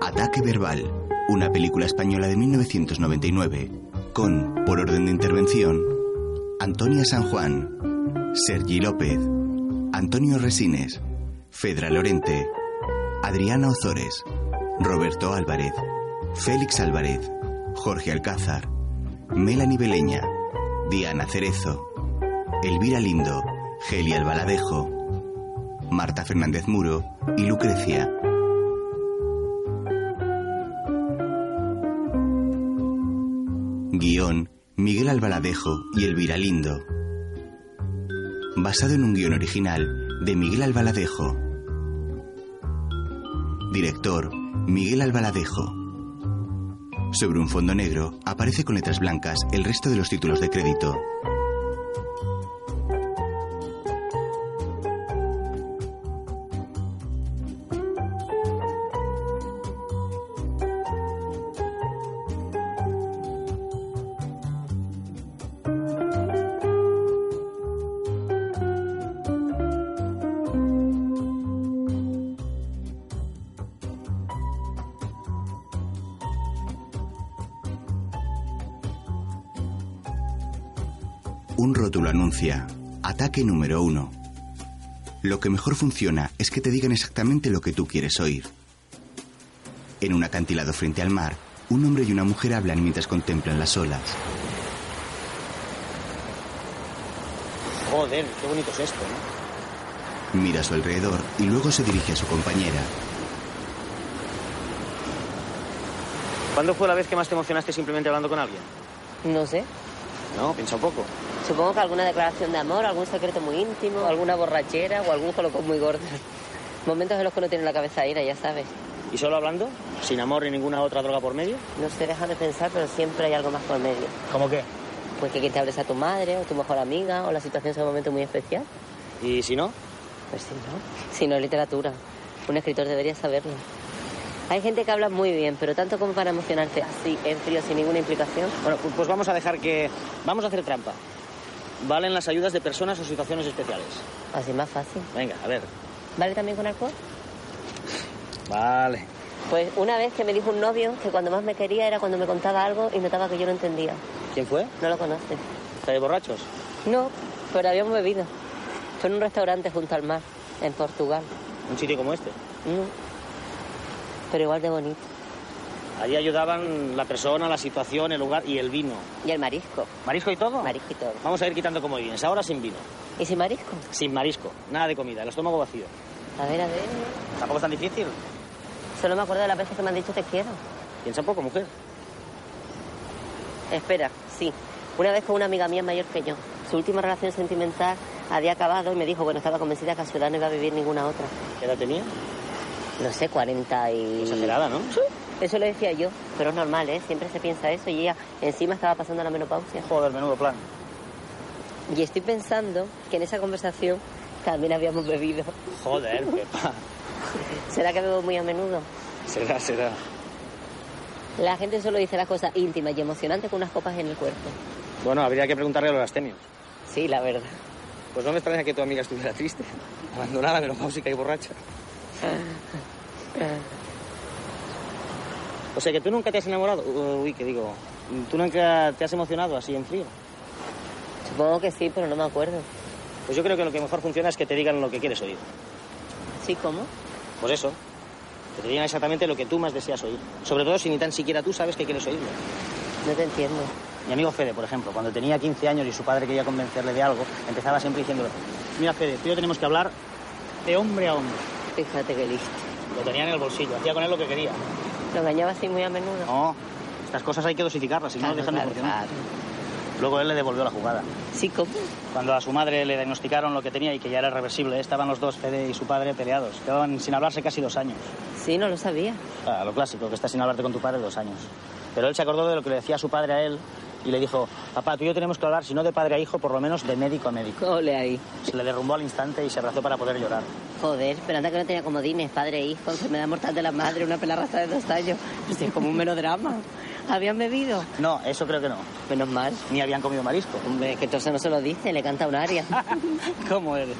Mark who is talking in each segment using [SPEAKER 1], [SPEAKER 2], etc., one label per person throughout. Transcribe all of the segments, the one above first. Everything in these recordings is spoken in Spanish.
[SPEAKER 1] Ataque Verbal, una película española de 1999, con, por orden de intervención, Antonia San Juan, Sergi López, Antonio Resines, Fedra Lorente, Adriana Ozores, Roberto Álvarez, Félix Álvarez, Jorge Alcázar, Melanie Beleña, Diana Cerezo, Elvira Lindo, Geli Albaladejo, Marta Fernández Muro y Lucrecia. Guión, Miguel Albaladejo y Elvira Lindo. Basado en un guión original de Miguel Albaladejo. Director, Miguel Albaladejo. Sobre un fondo negro aparece con letras blancas el resto de los títulos de crédito. Un rótulo anuncia, ataque número uno. Lo que mejor funciona es que te digan exactamente lo que tú quieres oír. En un acantilado frente al mar, un hombre y una mujer hablan mientras contemplan las olas.
[SPEAKER 2] Joder, qué bonito es esto, ¿no?
[SPEAKER 1] Mira a su alrededor y luego se dirige a su compañera.
[SPEAKER 2] ¿Cuándo fue la vez que más te emocionaste simplemente hablando con alguien?
[SPEAKER 3] No sé.
[SPEAKER 2] No, piensa un poco.
[SPEAKER 3] Supongo que alguna declaración de amor, algún secreto muy íntimo, alguna borrachera o algún colocón muy gordo. Momentos en los que no tiene la cabeza ira, ya sabes.
[SPEAKER 2] ¿Y solo hablando? ¿Sin amor ni ninguna otra droga por medio?
[SPEAKER 3] No sé, déjame pensar, pero siempre hay algo más por medio.
[SPEAKER 2] ¿Cómo qué?
[SPEAKER 3] Pues que, que te hables a tu madre o tu mejor amiga o la situación sea un momento muy especial.
[SPEAKER 2] ¿Y si no?
[SPEAKER 3] Pues si no. Si no es literatura. Un escritor debería saberlo. Hay gente que habla muy bien, pero tanto como para emocionarte así, en frío, sin ninguna implicación.
[SPEAKER 2] Bueno, pu- pues vamos a dejar que... Vamos a hacer trampa. Valen las ayudas de personas o situaciones especiales.
[SPEAKER 3] Así más fácil.
[SPEAKER 2] Venga, a ver.
[SPEAKER 3] ¿Vale también con alcohol?
[SPEAKER 2] Vale.
[SPEAKER 3] Pues una vez que me dijo un novio que cuando más me quería era cuando me contaba algo y notaba que yo no entendía.
[SPEAKER 2] ¿Quién fue?
[SPEAKER 3] No lo conoces.
[SPEAKER 2] ¿Está de borrachos?
[SPEAKER 3] No, pero habíamos bebido. Fue en un restaurante junto al mar, en Portugal.
[SPEAKER 2] Un sitio como este.
[SPEAKER 3] Mm. Pero igual de bonito.
[SPEAKER 2] Allí ayudaban la persona, la situación, el lugar y el vino.
[SPEAKER 3] Y el marisco.
[SPEAKER 2] ¿Marisco y todo?
[SPEAKER 3] Marisco y todo.
[SPEAKER 2] Vamos a ir quitando como vienes. Ahora sin vino,
[SPEAKER 3] ¿Y sin marisco?
[SPEAKER 2] sin marisco, nada de comida, el estómago vacío.
[SPEAKER 3] A ver, a ver.
[SPEAKER 2] Tampoco es tan difícil.
[SPEAKER 3] Solo me acuerdo de las veces que me han dicho te quiero.
[SPEAKER 2] Piensa un poco, mujer.
[SPEAKER 3] Espera, sí. Una vez con una amiga mía mayor que yo. Su última relación sentimental había acabado y me dijo, bueno, estaba convencida que a su edad no iba a vivir ninguna otra.
[SPEAKER 2] ¿Qué edad tenía?
[SPEAKER 3] No sé, 40 y...
[SPEAKER 2] Exagerada, ¿no?
[SPEAKER 3] Eso lo decía yo, pero es normal, ¿eh? Siempre se piensa eso y ella encima estaba pasando la menopausia.
[SPEAKER 2] Joder, menudo plan.
[SPEAKER 3] Y estoy pensando que en esa conversación también habíamos bebido.
[SPEAKER 2] Joder, Pepa.
[SPEAKER 3] ¿Será que bebo muy a menudo?
[SPEAKER 2] Será, será.
[SPEAKER 3] La gente solo dice las cosas íntimas y emocionantes con unas copas en el cuerpo.
[SPEAKER 2] Bueno, habría que preguntarle a los astemios.
[SPEAKER 3] Sí, la verdad.
[SPEAKER 2] Pues no me extraña que tu amiga estuviera triste, abandonada, menopáusica y borracha.
[SPEAKER 3] Ah.
[SPEAKER 2] O sea, que tú nunca te has enamorado. Uy, que digo. ¿Tú nunca te has emocionado así en frío?
[SPEAKER 3] Supongo que sí, pero no me acuerdo.
[SPEAKER 2] Pues yo creo que lo que mejor funciona es que te digan lo que quieres oír.
[SPEAKER 3] ¿Sí, cómo?
[SPEAKER 2] Pues eso. Que te digan exactamente lo que tú más deseas oír. Sobre todo si ni tan siquiera tú sabes que quieres oírlo.
[SPEAKER 3] No te entiendo.
[SPEAKER 2] Mi amigo Fede, por ejemplo, cuando tenía 15 años y su padre quería convencerle de algo, empezaba siempre diciéndole, mira Fede, tú y yo tenemos que hablar de hombre a hombre.
[SPEAKER 3] Fíjate que listo.
[SPEAKER 2] Lo tenía en el bolsillo, hacía con él lo que quería.
[SPEAKER 3] Lo engañaba así muy a menudo.
[SPEAKER 2] No, estas cosas hay que dosificarlas, si no
[SPEAKER 3] Claro,
[SPEAKER 2] dejan de
[SPEAKER 3] claro,
[SPEAKER 2] funcionar.
[SPEAKER 3] claro.
[SPEAKER 2] Luego él le devolvió la jugada.
[SPEAKER 3] Sí, ¿cómo?
[SPEAKER 2] Cuando a su madre le diagnosticaron lo que tenía y que ya era reversible, estaban los dos, Fede y su padre, peleados. Quedaban sin hablarse casi dos años.
[SPEAKER 3] Sí, no lo sabía.
[SPEAKER 2] Ah, lo clásico, que estás sin hablarte con tu padre dos años. Pero él se acordó de lo que le decía su padre a él y le dijo, papá, tú y yo tenemos que hablar, si no de padre a hijo, por lo menos de médico a médico.
[SPEAKER 3] Ole ahí.
[SPEAKER 2] Se le derrumbó al instante y se abrazó para poder llorar.
[SPEAKER 3] Joder, pero anda que no tenía comodines, padre e hijo, enfermedad mortal de la madre, una pelarraza de dos años. Pues es como un melodrama. ¿Habían bebido?
[SPEAKER 2] No, eso creo que no.
[SPEAKER 3] Menos mal.
[SPEAKER 2] Ni habían comido marisco.
[SPEAKER 3] Hombre, es que entonces no se lo dice, le canta un aria.
[SPEAKER 2] ¿Cómo eres?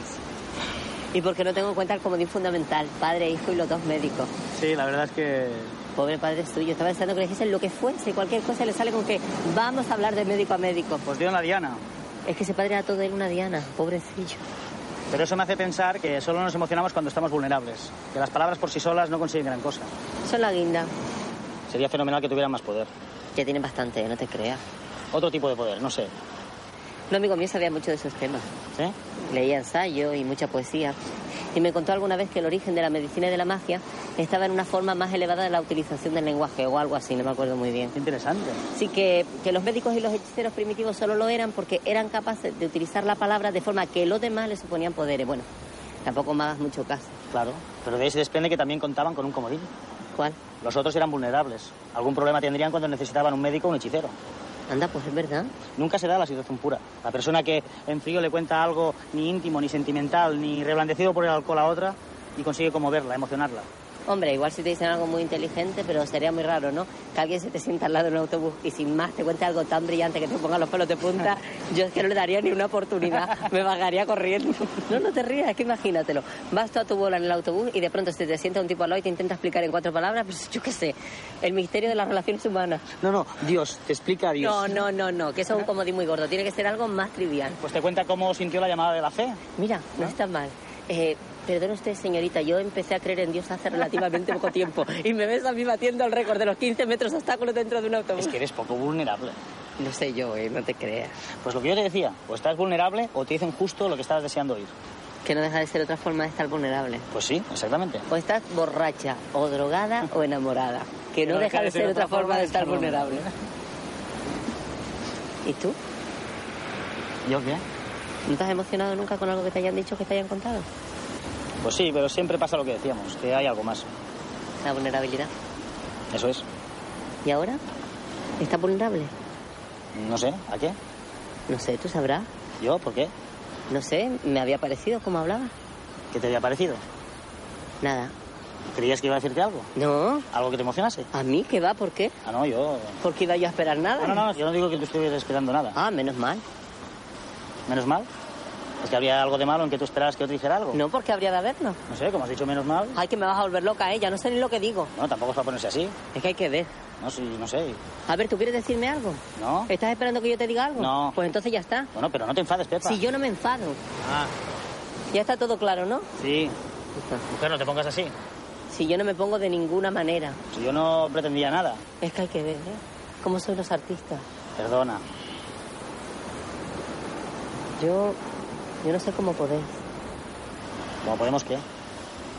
[SPEAKER 3] e y porque no tengo en cuenta el comodín fundamental, padre, hijo y los dos médicos.
[SPEAKER 2] Sí, la verdad es que
[SPEAKER 3] Pobre padre suyo, estaba deseando que le dijesen lo que fuese, cualquier cosa le sale con que vamos a hablar de médico a médico.
[SPEAKER 2] Pues dio una diana.
[SPEAKER 3] Es que ese padre era todo él una diana, pobrecillo.
[SPEAKER 2] Pero eso me hace pensar que solo nos emocionamos cuando estamos vulnerables, que las palabras por sí solas no consiguen gran cosa.
[SPEAKER 3] Son la guinda.
[SPEAKER 2] Sería fenomenal que tuvieran más poder.
[SPEAKER 3] Ya tienen bastante, no te creas.
[SPEAKER 2] Otro tipo de poder, no sé. ¿eh?
[SPEAKER 3] Un amigo mío sabía mucho de esos temas.
[SPEAKER 2] ¿Sí?
[SPEAKER 3] Leía ensayos y mucha poesía. Y me contó alguna vez que el origen de la medicina y de la magia estaba en una forma más elevada de la utilización del lenguaje o algo así, no me acuerdo muy bien.
[SPEAKER 2] Qué interesante.
[SPEAKER 3] Sí, que, que los médicos y los hechiceros primitivos solo lo eran porque eran capaces de utilizar la palabra de forma que los demás le suponían poderes. Bueno, tampoco me hagas mucho caso.
[SPEAKER 2] Claro, pero de ahí se desprende que también contaban con un comodín.
[SPEAKER 3] ¿Cuál?
[SPEAKER 2] Los otros eran vulnerables. Algún problema tendrían cuando necesitaban un médico o un hechicero.
[SPEAKER 3] Anda, pues es verdad.
[SPEAKER 2] Nunca se da la situación pura. La persona que en frío le cuenta algo ni íntimo, ni sentimental, ni reblandecido por el alcohol a otra y consigue conmoverla, emocionarla.
[SPEAKER 3] Hombre, igual si te dicen algo muy inteligente, pero sería muy raro, ¿no? Que alguien se te sienta al lado de un autobús y sin más te cuente algo tan brillante que te ponga los pelos de punta, yo es que no le daría ni una oportunidad, me vagaría corriendo. No, no te rías, es que imagínatelo. Vas tú a tu bola en el autobús y de pronto se te sienta un tipo al lado y te intenta explicar en cuatro palabras, pues yo qué sé, el misterio de las relaciones humanas.
[SPEAKER 2] No, no, Dios, te explica a Dios.
[SPEAKER 3] No, no, no, no, que eso es un comodín muy gordo, tiene que ser algo más trivial.
[SPEAKER 2] Pues te cuenta cómo sintió la llamada de la fe.
[SPEAKER 3] Mira,
[SPEAKER 2] Ah.
[SPEAKER 3] no, está mal. Eh, Perdón usted, señorita, yo empecé a creer en Dios hace relativamente poco tiempo y me ves a mí batiendo el récord de los 15 metros de obstáculos dentro de un autobús.
[SPEAKER 2] Es que eres poco vulnerable.
[SPEAKER 3] No sé yo, eh, no te creas.
[SPEAKER 2] Pues lo que yo te decía, o estás vulnerable o te dicen justo lo que estabas deseando oír.
[SPEAKER 3] Que no deja de ser otra forma de estar vulnerable.
[SPEAKER 2] Pues sí, exactamente.
[SPEAKER 3] O estás borracha, o drogada, o enamorada. Que no, deja, de ser, otra forma de estar vulnerable. ¿Y tú?
[SPEAKER 2] ¿Yo qué?
[SPEAKER 3] ¿No te has emocionado nunca con algo que te hayan dicho, que te hayan contado?
[SPEAKER 2] Pues sí, pero siempre pasa lo que decíamos, que hay algo más.
[SPEAKER 3] La vulnerabilidad.
[SPEAKER 2] Eso es.
[SPEAKER 3] ¿Y ahora? ¿Estás vulnerable?
[SPEAKER 2] No sé, ¿a qué?
[SPEAKER 3] No sé, tú sabrás.
[SPEAKER 2] ¿Yo? ¿Por qué?
[SPEAKER 3] No sé, me había parecido como hablaba.
[SPEAKER 2] ¿Qué te había parecido?
[SPEAKER 3] Nada.
[SPEAKER 2] ¿Creías que iba a decirte algo?
[SPEAKER 3] No.
[SPEAKER 2] ¿Algo que te emocionase?
[SPEAKER 3] ¿A mí? ¿Qué va? ¿Por qué?
[SPEAKER 2] Ah, no, yo...
[SPEAKER 3] ¿Por qué iba yo a esperar nada?
[SPEAKER 2] No, no, no, yo no digo que tú estuvieras esperando nada.
[SPEAKER 3] Ah, menos mal.
[SPEAKER 2] ¿Menos mal? ¿Es que habría algo de malo en que tú esperaras que yo te dijera algo?
[SPEAKER 3] No, porque habría de haberlo.
[SPEAKER 2] No sé, como has dicho menos mal.
[SPEAKER 3] Ay, que me vas a volver loca, ¿eh? Ya no sé ni lo que digo.
[SPEAKER 2] No, tampoco es para ponerse así.
[SPEAKER 3] Es que hay que ver.
[SPEAKER 2] No, sí, no sé.
[SPEAKER 3] A ver, ¿tú quieres decirme algo?
[SPEAKER 2] No.
[SPEAKER 3] ¿Estás esperando que yo te diga algo?
[SPEAKER 2] No.
[SPEAKER 3] Pues entonces ya está.
[SPEAKER 2] Bueno, pero no te enfades, Pepa.
[SPEAKER 3] Si yo no me enfado.
[SPEAKER 2] Ah,
[SPEAKER 3] Ya está todo claro, ¿no?
[SPEAKER 2] sí. Mujer, no te pongas así.
[SPEAKER 3] Si yo no me pongo de ninguna manera.
[SPEAKER 2] Si yo no pretendía nada.
[SPEAKER 3] Es que hay que ver, ¿eh? ¿Cómo son los artistas?
[SPEAKER 2] Perdona.
[SPEAKER 3] Yo... Yo no sé cómo podéis.
[SPEAKER 2] ¿Cómo podemos qué?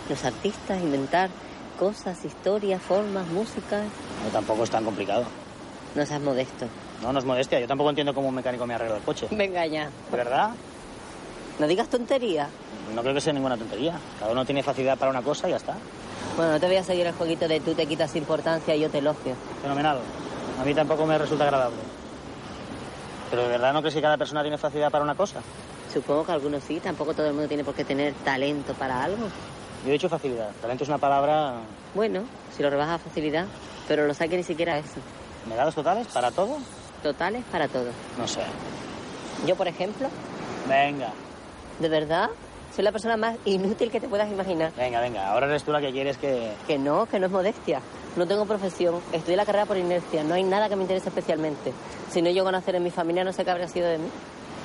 [SPEAKER 3] Los artistas inventar cosas, historias, formas, música.
[SPEAKER 2] No, tampoco es tan complicado.
[SPEAKER 3] No seas modesto.
[SPEAKER 2] No, no es modestia. Yo tampoco entiendo cómo un mecánico me arregla el coche.
[SPEAKER 3] Venga ya.
[SPEAKER 2] ¿Verdad?
[SPEAKER 3] No digas tontería.
[SPEAKER 2] No creo que sea ninguna tontería. Cada uno tiene facilidad para una cosa y ya está.
[SPEAKER 3] Bueno, no te voy a seguir el jueguito de tú te quitas importancia y yo te elogio.
[SPEAKER 2] Fenomenal. A mí tampoco me resulta agradable. Pero de verdad no crees que cada persona tiene facilidad para una cosa.
[SPEAKER 3] Supongo que algunos sí, tampoco todo el mundo tiene por qué tener talento para algo.
[SPEAKER 2] Yo he dicho facilidad. Talento es una palabra.
[SPEAKER 3] Bueno, si lo rebajas a facilidad, pero lo saque ni siquiera eso.
[SPEAKER 2] ¿Medallas totales? ¿Para todo?
[SPEAKER 3] Totales para todo.
[SPEAKER 2] No sé.
[SPEAKER 3] Yo, por ejemplo,
[SPEAKER 2] Venga,
[SPEAKER 3] de verdad, soy la persona más inútil que te puedas imaginar.
[SPEAKER 2] venga, venga. Ahora eres tú la que quieres que.
[SPEAKER 3] Que no, que no es modestia. No tengo profesión, estudié la carrera por inercia, no hay nada que me interese especialmente. Si no llego a nacer en mi familia, no sé qué habría sido de mí.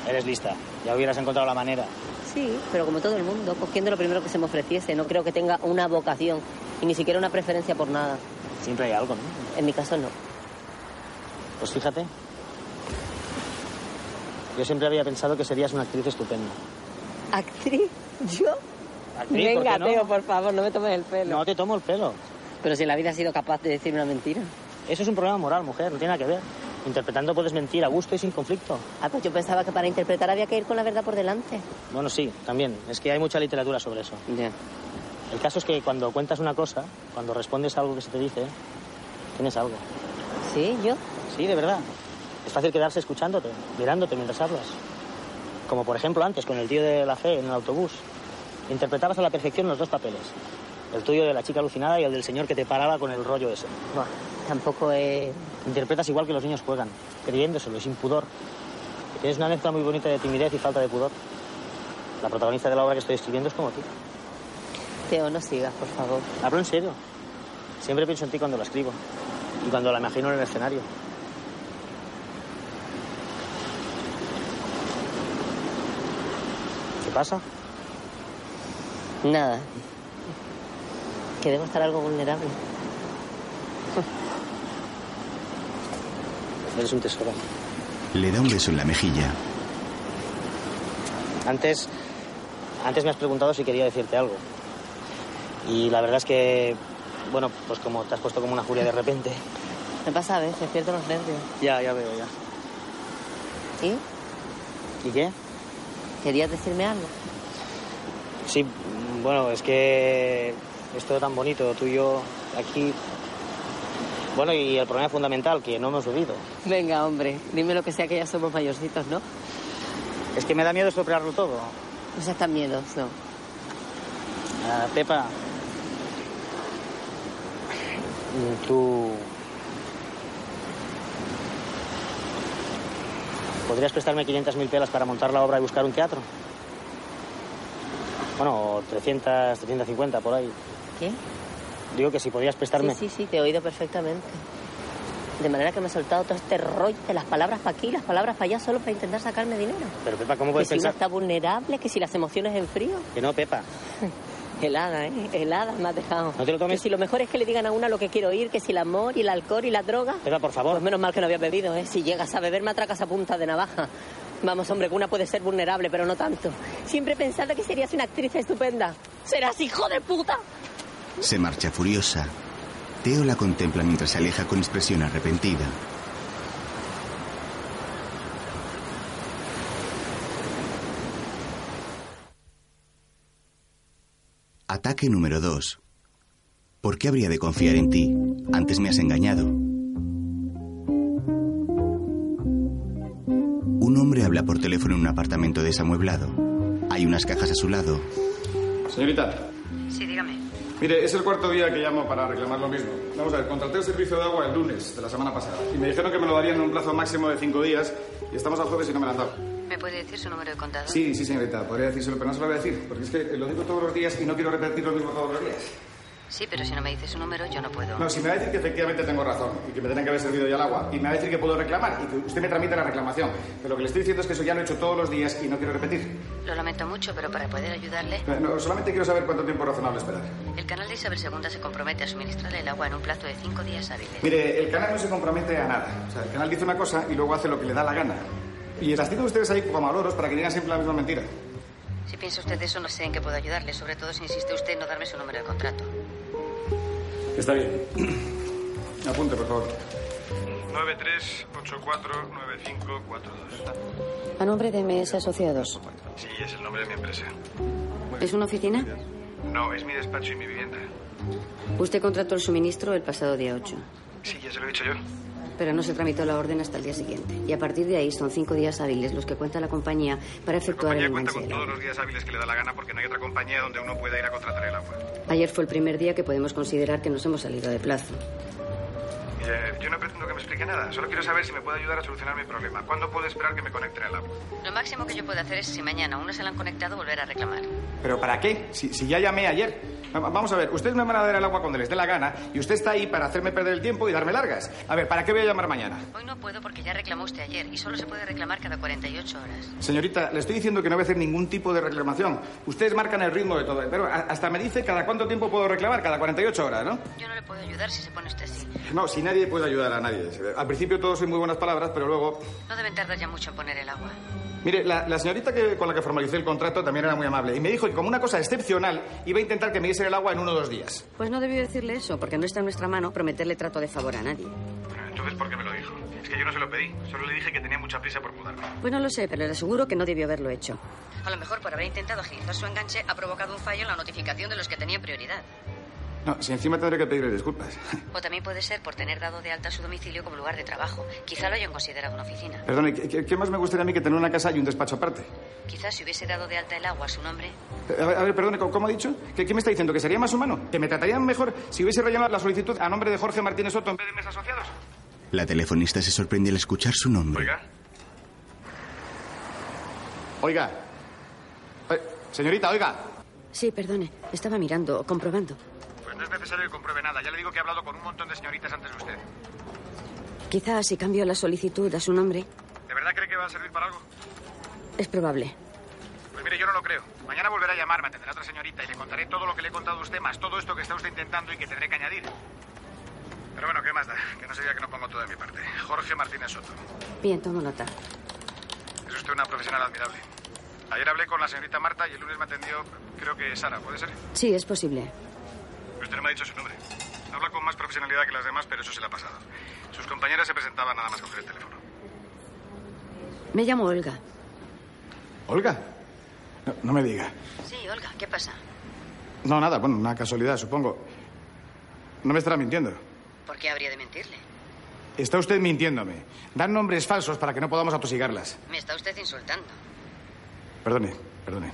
[SPEAKER 2] Eres lista. Ya hubieras encontrado la manera.
[SPEAKER 3] Sí, pero como todo el mundo, cogiendo lo primero que se me ofreciese. No creo que tenga una vocación y ni siquiera una preferencia por nada.
[SPEAKER 2] Siempre hay algo, ¿no?
[SPEAKER 3] En mi caso no.
[SPEAKER 2] Pues fíjate. Yo siempre había pensado que serías una actriz estupenda.
[SPEAKER 3] ¿Actriz? ¿Yo?
[SPEAKER 2] ¿Actriz? ¿Por
[SPEAKER 3] Venga,
[SPEAKER 2] qué no?
[SPEAKER 3] Teo, por favor, no me tomes el pelo.
[SPEAKER 2] No te tomo el pelo.
[SPEAKER 3] Pero si en la vida he sido capaz de decir una mentira.
[SPEAKER 2] Eso es un problema moral, mujer. No tiene nada que ver. Interpretando puedes mentir a gusto y sin conflicto.
[SPEAKER 3] Ah, pues yo pensaba que para interpretar había que ir con la verdad por delante.
[SPEAKER 2] Bueno, sí, también. Es que hay mucha literatura sobre eso.
[SPEAKER 3] Ya.
[SPEAKER 2] El caso es que cuando cuentas una cosa, cuando respondes a algo que se te dice, tienes algo.
[SPEAKER 3] ¿Sí? ¿Yo?
[SPEAKER 2] Sí, de verdad. Es fácil quedarse escuchándote, mirándote mientras hablas. Como por ejemplo antes con el tío de la fe en el autobús. Interpretabas a la perfección los dos papeles. El tuyo de la chica alucinada y el del señor que te paraba con el rollo ese.
[SPEAKER 3] Buah, tampoco he...
[SPEAKER 2] Interpretas igual que los niños juegan, creyéndoselo, y sin pudor. Tienes una mezcla muy bonita de timidez y falta de pudor. La protagonista de la obra que estoy escribiendo es como tú.
[SPEAKER 3] Teo, no sigas, por favor.
[SPEAKER 2] Hablo en serio. Siempre pienso en ti cuando la escribo y cuando la imagino en el escenario. ¿Qué pasa?
[SPEAKER 3] Nada. Que debo estar algo vulnerable.
[SPEAKER 2] Eres un tesoro.
[SPEAKER 1] Le da un beso en la mejilla.
[SPEAKER 2] Antes, antes me has preguntado si quería decirte algo. Y la verdad es que, bueno, pues como te has puesto como una furia de repente.
[SPEAKER 3] Me pasa a veces, pierdo los nervios.
[SPEAKER 2] Ya, ya veo, ya.
[SPEAKER 3] ¿Y?
[SPEAKER 2] ¿Y qué?
[SPEAKER 3] ¿Querías decirme algo?
[SPEAKER 2] Sí, bueno, es que es todo tan bonito, tú y yo aquí. Bueno, y el problema fundamental, que no hemos bebido.
[SPEAKER 3] Venga, hombre, dime lo que sea que ya somos mayorcitos, ¿no?
[SPEAKER 2] Es que me da miedo soplarlo todo.
[SPEAKER 3] No seas tan miedos, no.
[SPEAKER 2] Ah, Pepa, tú... ¿Podrías prestarme 500.000 pelas para montar la obra y buscar un teatro? Bueno, o 300, 350 por ahí.
[SPEAKER 3] ¿Qué?
[SPEAKER 2] Digo que si podrías prestarme...
[SPEAKER 3] Sí, sí, sí, te he oído perfectamente. De manera que me he soltado todo este rollo de las palabras para aquí, las palabras para allá, solo para intentar sacarme dinero.
[SPEAKER 2] Pero Pepa, ¿cómo
[SPEAKER 3] Que
[SPEAKER 2] puedes
[SPEAKER 3] si uno
[SPEAKER 2] pensar?
[SPEAKER 3] está vulnerable, que si las emociones en frío.
[SPEAKER 2] Que no, Pepa.
[SPEAKER 3] Helada, ¿eh? Helada me ha dejado.
[SPEAKER 2] No te lo tomes-
[SPEAKER 3] Que si lo mejor es que le digan a una lo que quiero oír, que si el amor y el alcohol y la droga.
[SPEAKER 2] Pepa, por favor.
[SPEAKER 3] Pues menos mal que no había bebido, ¿eh? Si llegas a beber, me atracas a punta de navaja. Vamos, hombre, que una puede ser vulnerable, pero no tanto. Siempre he pensado que serías una actriz estupenda. ¡Serás hijo de puta!
[SPEAKER 1] Se marcha furiosa. Teo la contempla mientras se aleja con expresión arrepentida. Ataque número 2. ¿Por qué habría de confiar en ti? Antes me has engañado. Un hombre habla por teléfono en un apartamento desamueblado. Hay unas cajas a su lado.
[SPEAKER 4] Señorita,
[SPEAKER 5] Sí, dígame.
[SPEAKER 4] mire, es el cuarto día que llamo para reclamar lo mismo. Vamos a ver, contraté el servicio de agua el lunes de la semana pasada y me dijeron que me lo darían en un plazo máximo de cinco días y estamos al jueves y no me lo han dado.
[SPEAKER 5] ¿Me puede decir su número de contador?
[SPEAKER 4] Sí, sí, señorita, podría decírselo, pero no se lo voy a decir, porque es que lo digo todos los días y no quiero repetir lo mismo todos los días.
[SPEAKER 5] Sí, pero si no me dice su número, yo no puedo.
[SPEAKER 4] No, si me va a decir que efectivamente tengo razón y que me tienen que haber servido ya el agua y me va a decir que puedo reclamar y que usted me tramite la reclamación, pero lo que le estoy diciendo es que eso ya lo he hecho todos los días y no quiero repetir.
[SPEAKER 5] Lo lamento mucho, pero para poder ayudarle,
[SPEAKER 4] Eh, No, solamente quiero saber cuánto tiempo es razonable esperar.
[SPEAKER 5] el canal de Isabel II se compromete a suministrarle el agua en un plazo de cinco días hábiles.
[SPEAKER 4] Mire, el canal no se compromete a nada. O sea, el canal dice una cosa y luego hace lo que le da la gana. Y las tienen ustedes ahí como a loros para que digan siempre la misma mentira.
[SPEAKER 5] Si piensa usted eso, no sé en qué puedo ayudarle, sobre todo si insiste usted en no darme su número de contrato.
[SPEAKER 4] Está bien. Apunte, por favor.
[SPEAKER 6] 93849542.
[SPEAKER 5] A nombre de MS Asociados.
[SPEAKER 6] Sí, es el nombre de mi empresa.
[SPEAKER 5] ¿Es una oficina?
[SPEAKER 6] No, es mi despacho y mi vivienda.
[SPEAKER 5] Usted contrató el suministro el pasado día 8,
[SPEAKER 6] Sí, ya se lo he dicho yo.
[SPEAKER 5] pero no se tramitó la orden hasta el día siguiente. Y a partir de ahí son cinco días hábiles los que cuenta la compañía para
[SPEAKER 6] La
[SPEAKER 5] efectuar el
[SPEAKER 6] compañía cuenta
[SPEAKER 5] enganche
[SPEAKER 6] con
[SPEAKER 5] del
[SPEAKER 6] todos
[SPEAKER 5] agua.
[SPEAKER 6] los días hábiles que le da la gana porque no hay otra compañía donde uno pueda ir a contratar el agua.
[SPEAKER 5] Ayer fue el primer día que podemos considerar que nos hemos salido de plazo.
[SPEAKER 6] Mire, Eh, yo no pretendo que me explique nada. Solo quiero saber si me puede ayudar a solucionar mi problema. ¿Cuándo puedo esperar que me conecten al agua?
[SPEAKER 5] Lo máximo que yo puedo hacer es, si mañana aún no se la han conectado, volver a reclamar.
[SPEAKER 4] ¿Pero para qué? Si, si ya llamé ayer. Va- va- Vamos a ver, ustedes me van a dar el agua cuando les dé la gana y usted está ahí para hacerme perder el tiempo y darme largas. A ver, ¿para qué voy a llamar mañana?
[SPEAKER 5] Hoy no puedo porque ya reclamó usted ayer y solo se puede reclamar cada 48 horas.
[SPEAKER 4] Señorita, le estoy diciendo que no voy a hacer ningún tipo de reclamación. Ustedes marcan el ritmo de todo. Pero a- hasta me dice cada cuánto tiempo puedo reclamar, cada 48 horas, ¿no?
[SPEAKER 5] Yo no le puedo ayudar si se pone usted así.
[SPEAKER 4] No, si nadie puede ayudar a nadie. Al principio todo son muy buenas palabras, pero luego...
[SPEAKER 5] No deben tardar ya mucho en poner el agua.
[SPEAKER 4] Mire, la, la señorita que, con la que formalicé el contrato también era muy amable y me dijo que como una cosa excepcional iba a intentar que me diesen el agua en uno o dos días.
[SPEAKER 5] Pues no debió decirle eso, porque no está en nuestra mano prometerle trato de favor a nadie.
[SPEAKER 6] Bueno, entonces, ¿por qué me lo dijo? Es que yo no se lo pedí. Solo le dije que tenía mucha prisa por mudarme.
[SPEAKER 5] Pues no lo sé, pero le aseguro que no debió haberlo hecho. A lo mejor por haber intentado agilizar su enganche ha provocado un fallo en la notificación de los que tenían prioridad.
[SPEAKER 4] No, si encima tendré que pedirle disculpas.
[SPEAKER 5] O también puede ser por tener dado de alta su domicilio como lugar de trabajo. Quizá lo hayan considerado una oficina.
[SPEAKER 4] Perdone, ¿qué- ¿qué, qué más me gustaría a mí que tener una casa y un despacho aparte?
[SPEAKER 5] Quizás si hubiese dado de alta el agua a su nombre,
[SPEAKER 4] Eh, A ver, a ver, perdone, ¿cómo, cómo ha dicho? ¿Qué, qué me está diciendo? ¿Que sería más humano? ¿Que me tratarían mejor si hubiese rellenado la solicitud a nombre de Jorge Martínez Soto en vez de mis asociados?
[SPEAKER 1] La telefonista se sorprende al escuchar su nombre.
[SPEAKER 6] Oiga,
[SPEAKER 4] Oiga. Eh, señorita, oiga.
[SPEAKER 5] Sí, perdone. Estaba mirando, comprobando.
[SPEAKER 6] pues No es necesario que compruebe nada. Ya le digo que he hablado con un montón de señoritas antes de usted.
[SPEAKER 5] Quizás si cambio la solicitud a su nombre,
[SPEAKER 6] ¿De verdad cree que va a servir para algo?
[SPEAKER 5] es probable.
[SPEAKER 6] Pues mire, yo no lo creo. Mañana volverá a llamarme, atenderá otra señorita y le contaré todo lo que le he contado a usted, más todo esto que está usted intentando y que tendré que añadir. Pero bueno, ¿qué más da? Que no sería que no pongo todo de mi parte. Jorge Martínez Soto.
[SPEAKER 5] Bien, tomo nota.
[SPEAKER 6] Es usted una profesional admirable. Ayer hablé con la señorita Marta y el lunes me atendió, creo que Sara, ¿puede ser?
[SPEAKER 5] Sí, es posible.
[SPEAKER 6] Usted no me ha dicho su nombre. Habla con más profesionalidad que las demás, pero eso se le ha pasado. Sus compañeras se presentaban nada más coger el teléfono.
[SPEAKER 5] Me llamo Olga.
[SPEAKER 4] ¿Olga? No, no me diga.
[SPEAKER 5] Sí, Olga, ¿qué pasa?
[SPEAKER 4] No, nada, bueno, una casualidad, supongo. No me estará mintiendo.
[SPEAKER 5] ¿Por qué habría de mentirle?
[SPEAKER 4] Está usted mintiéndome. Dan nombres falsos para que no podamos atosigarlas.
[SPEAKER 5] Me está usted insultando.
[SPEAKER 4] Perdone, perdone.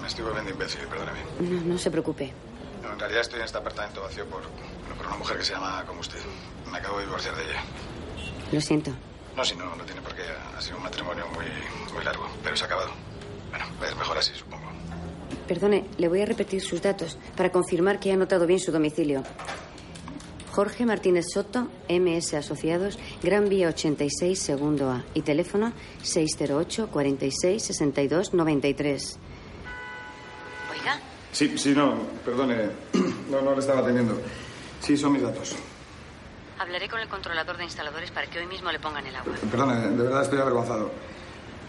[SPEAKER 4] Me estoy volviendo imbécil, perdóname.
[SPEAKER 5] No, no se preocupe.
[SPEAKER 6] No, en realidad estoy en este apartamento vacío por, por una mujer que se llama como usted. Me acabo de divorciar de ella.
[SPEAKER 5] Lo siento.
[SPEAKER 6] No, si no, no tiene por qué. Ha sido un matrimonio muy, muy largo, pero se ha acabado. Bueno, es mejor así, supongo.
[SPEAKER 5] Perdone, le voy a repetir sus datos para confirmar que ha anotado bien su domicilio. Jorge Martínez Soto, MS Asociados, Gran Vía 86, segundo A. Y teléfono 608 46 62 93. Oiga,
[SPEAKER 4] Sí, sí, no, perdone. No, no le estaba atendiendo. Sí, son mis datos.
[SPEAKER 5] hablaré con el controlador de instaladores para que hoy mismo le pongan el agua.
[SPEAKER 4] Perdone, de verdad estoy avergonzado.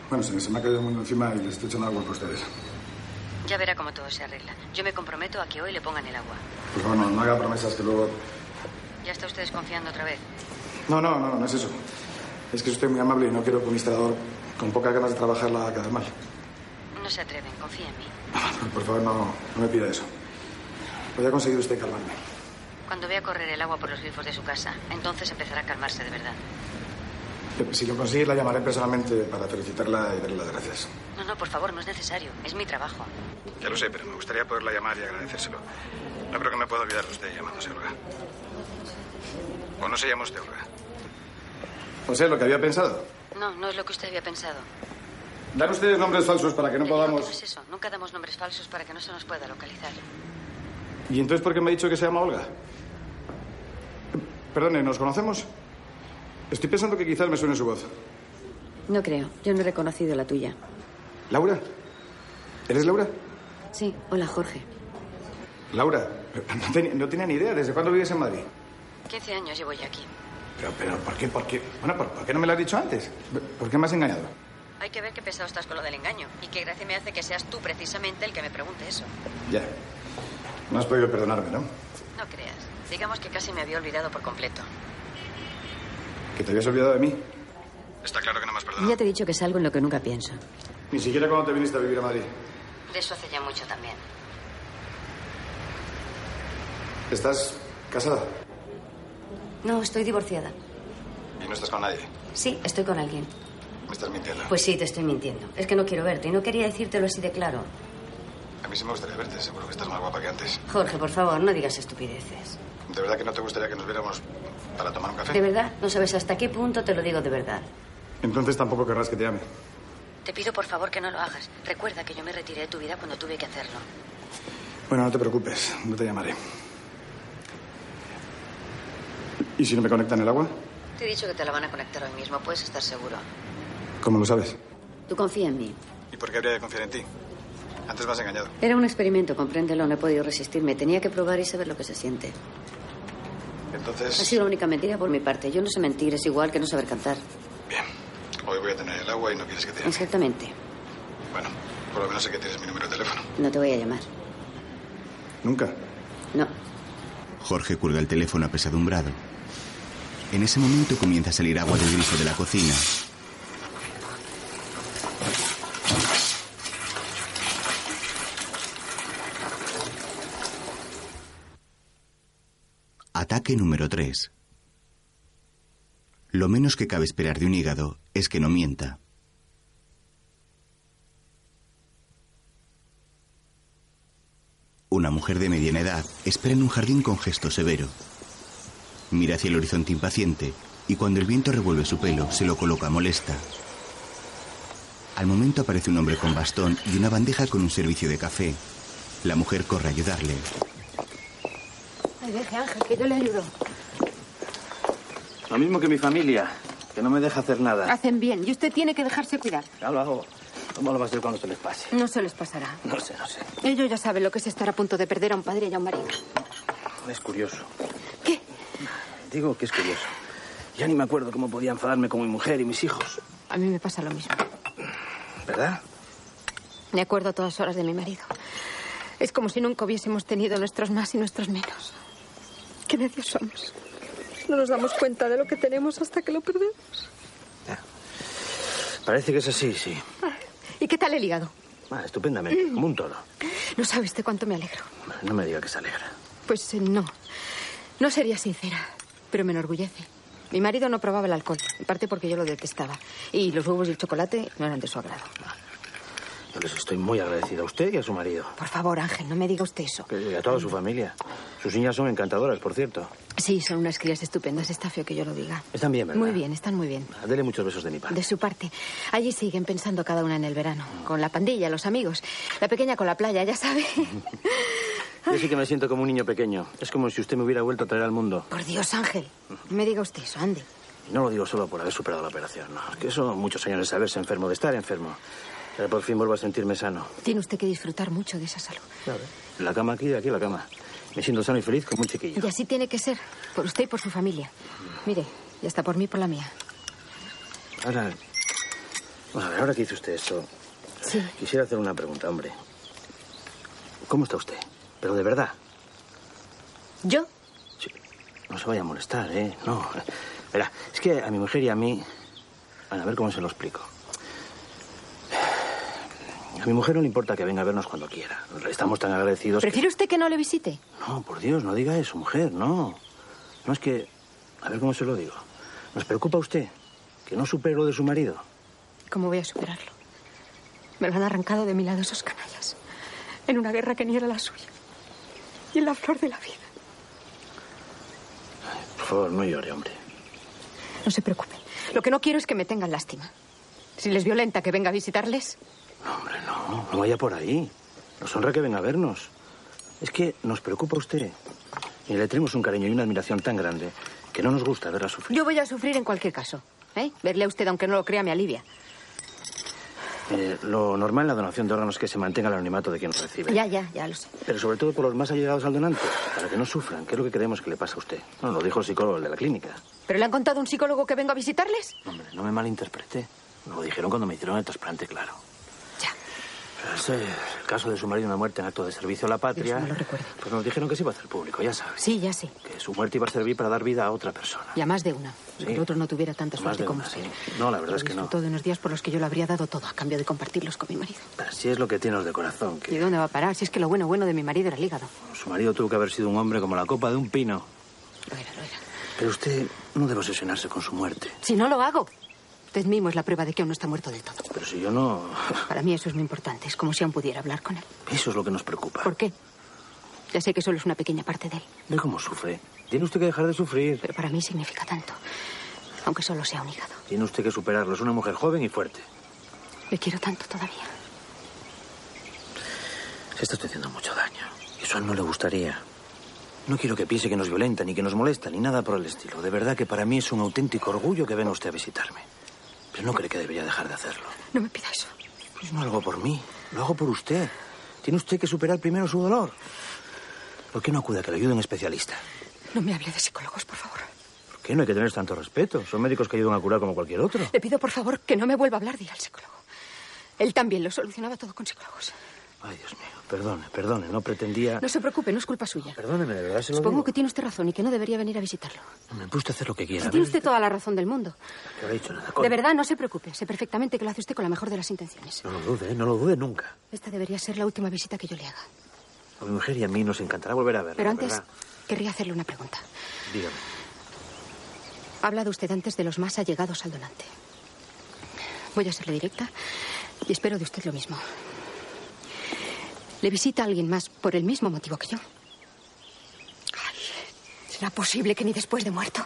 [SPEAKER 4] Bueno, se, se me ha caído el mundo encima y les estoy echando agua por ustedes.
[SPEAKER 5] Ya verá cómo todo se arregla. Yo me comprometo a que hoy le pongan el agua.
[SPEAKER 4] Por favor, no, no haga promesas que luego...
[SPEAKER 5] Ya está usted desconfiando otra vez.
[SPEAKER 4] No, no, no, no es eso. Es que usted es muy amable y no quiero que un instalador con pocas ganas de trabajar la haga quedar mal.
[SPEAKER 5] No se atreven, confía en mí.
[SPEAKER 4] Por favor, no, no me pida eso. Voy a conseguir usted calmarme.
[SPEAKER 5] Cuando vea correr el agua por los grifos de su casa, entonces empezará a calmarse de verdad.
[SPEAKER 4] Pero Si lo consigue, la llamaré personalmente para felicitarla y darle las gracias.
[SPEAKER 5] No, no, por favor, no es necesario. Es mi trabajo.
[SPEAKER 6] Ya lo sé, pero me gustaría poderla llamar y agradecérselo. No creo que me pueda olvidar de usted llamándose Olga. ¿O no se llama usted Olga?
[SPEAKER 4] O sea, lo que había pensado.
[SPEAKER 5] No, no es lo que usted había pensado.
[SPEAKER 4] Dan ustedes nombres falsos para que no
[SPEAKER 5] Le digo que
[SPEAKER 4] podamos...
[SPEAKER 5] No es eso. Nunca damos nombres falsos para que no se nos pueda localizar.
[SPEAKER 4] ¿Y entonces por qué me ha dicho que se llama Olga? Perdone, ¿nos conocemos? Estoy pensando que quizás me suene su voz.
[SPEAKER 5] No creo. Yo no he reconocido la tuya.
[SPEAKER 4] ¿Laura? ¿Eres Laura?
[SPEAKER 5] Sí, hola, Jorge.
[SPEAKER 4] Laura, eh, no, tenía- no tenía ni idea. ¿Desde cuándo vives en Madrid?
[SPEAKER 5] 15 años llevo ya aquí.
[SPEAKER 4] Pero, pero, ¿por qué? ¿Por qué? Bueno, ¿por, por qué no me lo has dicho antes? ¿Por qué me has engañado?
[SPEAKER 5] Hay que ver qué pesado estás con lo del engaño. Y qué gracia me hace que seas tú precisamente el que me pregunte eso.
[SPEAKER 4] Ya. No has podido perdonarme, ¿no?
[SPEAKER 5] No creas. Digamos que casi me había olvidado por completo.
[SPEAKER 4] Que te habías olvidado de mí.
[SPEAKER 6] Está claro que no me has perdonado.
[SPEAKER 7] Ya te he dicho que es algo en lo que nunca pienso.
[SPEAKER 4] Ni siquiera cuando te viniste a vivir a Madrid.
[SPEAKER 5] De eso hace ya mucho también.
[SPEAKER 4] ¿Estás casada?
[SPEAKER 7] No, estoy divorciada.
[SPEAKER 4] Y no estás con nadie.
[SPEAKER 7] Sí, estoy con alguien.
[SPEAKER 4] Me estás mintiendo.
[SPEAKER 7] Pues sí, te estoy mintiendo. Es que no quiero verte y no quería decírtelo así de claro.
[SPEAKER 4] A mí sí me gustaría verte. Seguro que estás más guapa que antes.
[SPEAKER 7] Jorge, por favor, no digas estupideces.
[SPEAKER 4] ¿De verdad que no te gustaría que nos viéramos para tomar un café?
[SPEAKER 7] De verdad, no sabes hasta qué punto te lo digo de verdad.
[SPEAKER 4] Entonces tampoco querrás que te llame.
[SPEAKER 5] Te pido por favor que no lo hagas. Recuerda que yo me retiré de tu vida cuando tuve que hacerlo.
[SPEAKER 4] Bueno, no te preocupes, no te llamaré. ¿Y si no me conectan el agua?
[SPEAKER 5] Te he dicho que te la van a conectar hoy mismo, puedes estar seguro.
[SPEAKER 4] ¿Cómo lo sabes?
[SPEAKER 7] Tú confía en mí.
[SPEAKER 4] ¿Y por qué habría de confiar en ti? Antes me has engañado.
[SPEAKER 7] Era un experimento, compréndelo, no he podido resistirme. Tenía que probar y saber lo que se siente. Ha
[SPEAKER 4] Entonces,
[SPEAKER 7] sido la única mentira por mi parte. Yo no sé mentir, es igual que no saber cantar.
[SPEAKER 4] bien. Hoy voy a tener el agua y no quieres que te llame.
[SPEAKER 7] Exactamente.
[SPEAKER 4] Bueno, por lo menos sé que tienes mi número de teléfono.
[SPEAKER 7] No te voy a llamar.
[SPEAKER 4] Nunca.
[SPEAKER 7] No.
[SPEAKER 1] Jorge cuelga el teléfono apesadumbrado. En ese momento comienza a salir agua del grifo de la cocina. Ataque número 3. Lo menos que cabe esperar de un hígado es que no mienta. Una mujer de mediana edad espera en un jardín con gesto severo. Mira hacia el horizonte impaciente y cuando el viento revuelve su pelo se lo coloca molesta. Al momento aparece un hombre con bastón y una bandeja con un servicio de café. La mujer corre a ayudarle.
[SPEAKER 8] se deje, Ángel, que yo le ayudo.
[SPEAKER 9] Lo mismo que mi familia, que no me deja hacer nada.
[SPEAKER 8] Hacen bien y usted tiene que dejarse cuidar.
[SPEAKER 9] Ya lo hago. ¿Cómo lo vas a hacer cuando se les pase?
[SPEAKER 8] No se les pasará.
[SPEAKER 9] No sé, no sé.
[SPEAKER 8] Ellos ya saben lo que es estar a punto de perder a un padre y a un marido.
[SPEAKER 9] Es curioso.
[SPEAKER 8] ¿Qué?
[SPEAKER 9] Digo que es curioso. Ya ni me acuerdo cómo podía enfadarme con mi mujer y mis hijos,
[SPEAKER 8] A mí me pasa lo mismo.
[SPEAKER 9] ¿verdad?
[SPEAKER 8] Me acuerdo a todas horas de mi marido. Es como si nunca hubiésemos tenido nuestros más y nuestros menos. Qué necios somos. No nos damos cuenta de lo que tenemos hasta que lo perdemos.
[SPEAKER 9] Parece que es así, sí.
[SPEAKER 8] ¿Y qué tal el hígado?
[SPEAKER 9] Ah, estupendamente, como un toro.
[SPEAKER 8] No sabe usted cuánto me alegro.
[SPEAKER 9] No me diga que se alegra.
[SPEAKER 8] Pues eh, no. No sería sincera, pero me enorgullece. Mi marido no probaba el alcohol, en parte porque yo lo detestaba. Y los huevos y el chocolate no eran de su agrado.
[SPEAKER 9] Yo les estoy muy agradecido a usted y a su marido.
[SPEAKER 8] Por favor, Ángel, no me diga usted eso.
[SPEAKER 9] Y a toda su familia. Sus niñas son encantadoras, por cierto.
[SPEAKER 8] Sí, son unas crías estupendas. Está feo que yo lo diga.
[SPEAKER 9] Están bien, ¿verdad?
[SPEAKER 8] Muy bien, están muy bien.
[SPEAKER 9] Dele muchos besos de mi parte.
[SPEAKER 8] De su parte. Allí siguen pensando cada una en el verano. Con la pandilla, los amigos. La pequeña con la playa, ya sabe.
[SPEAKER 9] Yo sí que me siento como un niño pequeño. Es como si usted me hubiera vuelto a traer al mundo.
[SPEAKER 8] Por Dios, Ángel. No me diga usted eso, ande.
[SPEAKER 9] Y no lo digo solo por haber superado la operación, no. Es que eso muchos años de saberse enfermo, de estar enfermo. Pero por fin vuelvo a sentirme sano.
[SPEAKER 8] Tiene usted que disfrutar mucho de esa salud.
[SPEAKER 9] La cama aquí y aquí la cama. Me siento sano y feliz como un chiquillo.
[SPEAKER 8] Y así tiene que ser. Por usted y por su familia. Mire, y hasta por mí y por la mía.
[SPEAKER 9] Ahora. Vamos a ver, ahora que dice usted eso,
[SPEAKER 8] Sí.
[SPEAKER 9] quisiera hacer una pregunta, hombre. ¿Cómo está usted? Pero de verdad.
[SPEAKER 8] ¿Yo?
[SPEAKER 9] Sí, No se vaya a molestar, ¿eh? No. Verá, es que a mi mujer y a mí. Bueno, a ver cómo se lo explico. A mi mujer no le importa que venga a vernos cuando quiera. Estamos tan agradecidos. que-
[SPEAKER 8] ¿Prefiere usted que no le visite?
[SPEAKER 9] No, por Dios, no diga eso, mujer, no. No es que. A ver cómo se lo digo. ¿Nos preocupa usted que no supere lo de su marido?
[SPEAKER 8] ¿Cómo voy a superarlo? Me lo han arrancado de mi lado esos canallas. En una guerra que ni era la suya. Y en la flor de la vida.
[SPEAKER 9] Por favor, no llore, hombre.
[SPEAKER 8] No se preocupen. Lo que no quiero es que me tengan lástima. Si les violenta que venga a visitarles.
[SPEAKER 9] No, hombre, no. No vaya por ahí. Nos honra que venga a vernos. Es que nos preocupa usted. Y le tenemos un cariño y una admiración tan grande que no nos gusta verla sufrir.
[SPEAKER 8] Yo voy a sufrir en cualquier caso. ¿eh? Verle a usted, aunque no lo crea, me alivia.
[SPEAKER 9] Eh, lo normal en la donación de órganos es que se mantenga el anonimato de quien los recibe.
[SPEAKER 8] Ya, ya, ya lo sé.
[SPEAKER 9] Pero sobre todo por los más allegados al donante, para que no sufran, que es lo que creemos que le pasa a usted. No, lo dijo el psicólogo de la clínica.
[SPEAKER 8] ¿Pero le han contado a un psicólogo que vengo a visitarles?
[SPEAKER 9] Hombre, no me malinterprete. Lo dijeron cuando me hicieron el trasplante, claro.
[SPEAKER 8] Ya.
[SPEAKER 9] Pero ese, el caso de su marido, una muerte en acto de servicio a la patria.
[SPEAKER 8] Dios, no lo recuerdo.
[SPEAKER 9] Pues nos dijeron que se iba a hacer público, ya sabes.
[SPEAKER 8] Sí, ya sé.
[SPEAKER 9] Que su muerte iba a servir para dar vida a otra persona.
[SPEAKER 8] Y a más de una.
[SPEAKER 9] Sí.
[SPEAKER 8] Que el otro no tuviera tanta
[SPEAKER 9] Más
[SPEAKER 8] suerte
[SPEAKER 9] de
[SPEAKER 8] como
[SPEAKER 9] una,
[SPEAKER 8] usted.
[SPEAKER 9] sí. No, la verdad
[SPEAKER 8] Pero
[SPEAKER 9] es que no.
[SPEAKER 8] disfrutó de unos días por los que yo lo habría dado todo a cambio de compartirlos con mi marido.
[SPEAKER 9] Pero sí es lo que tiene los de corazón,
[SPEAKER 8] ¿Y
[SPEAKER 9] que
[SPEAKER 8] dónde va a parar? Si es que lo bueno bueno de mi marido era el hígado.
[SPEAKER 9] su marido tuvo que haber sido un hombre como la copa de un pino.
[SPEAKER 8] Lo era, lo era.
[SPEAKER 9] Pero usted no debe obsesionarse con su muerte.
[SPEAKER 8] Si no lo hago, usted mismo es la prueba de que aún no está muerto del todo.
[SPEAKER 9] Pero si yo no...
[SPEAKER 8] Para mí eso es muy importante. Es como si aún pudiera hablar con él.
[SPEAKER 9] Eso es lo que nos preocupa.
[SPEAKER 8] ¿Por qué? Ya sé que solo es una pequeña parte de él,
[SPEAKER 9] Ve cómo sufre. Tiene usted que dejar de sufrir.
[SPEAKER 8] pero para mí significa tanto. Aunque solo sea un hígado.
[SPEAKER 9] Tiene usted que superarlo. Es una mujer joven y fuerte.
[SPEAKER 8] Le quiero tanto todavía.
[SPEAKER 9] Se está usted haciendo mucho daño. Eso a él no le gustaría. No quiero que piense que nos violenta, ni que nos molesta, ni nada por el estilo. De verdad que para mí es un auténtico orgullo que venga usted a visitarme. Pero no cree que debería dejar de hacerlo.
[SPEAKER 8] No me pida eso.
[SPEAKER 9] Pues no lo hago por mí, lo hago por usted. Tiene usted que superar primero su dolor. ¿Por qué no acude a que le ayude un especialista?
[SPEAKER 8] No me hable de psicólogos, por favor.
[SPEAKER 9] ¿Por qué no hay que tener tanto respeto? Son médicos que ayudan a curar como cualquier otro.
[SPEAKER 8] Le pido, por favor, que no me vuelva a hablar de ir al psicólogo. Él también lo solucionaba todo con psicólogos.
[SPEAKER 9] Ay, Dios mío, perdone, perdone, no pretendía...
[SPEAKER 8] No se preocupe, no es culpa suya.
[SPEAKER 9] Perdóneme, de verdad se lo
[SPEAKER 8] Supongo
[SPEAKER 9] digo.
[SPEAKER 8] que tiene usted razón y que no debería venir a visitarlo.
[SPEAKER 9] Me gusta hacer lo que quiera.
[SPEAKER 8] Si tiene
[SPEAKER 9] ¿ves?
[SPEAKER 8] usted toda la razón del mundo.
[SPEAKER 9] Que habrá dicho nada.
[SPEAKER 8] De
[SPEAKER 9] coño.
[SPEAKER 8] verdad, no se preocupe. Sé perfectamente que lo hace usted con la mejor de las intenciones.
[SPEAKER 9] No lo dude, ¿eh? no lo dude nunca.
[SPEAKER 8] Esta debería ser la última visita que yo le haga.
[SPEAKER 9] A mi mujer y a mí nos encantará volver a verla,
[SPEAKER 8] Pero antes,
[SPEAKER 9] ¿verdad?
[SPEAKER 8] querría hacerle una pregunta.
[SPEAKER 9] Dígame.
[SPEAKER 8] Ha hablado usted antes de los más allegados al donante. Voy a serle directa y espero de usted lo mismo. ¿Le visita alguien más por el mismo motivo que yo? Ay, ¿será posible que ni después de muerto?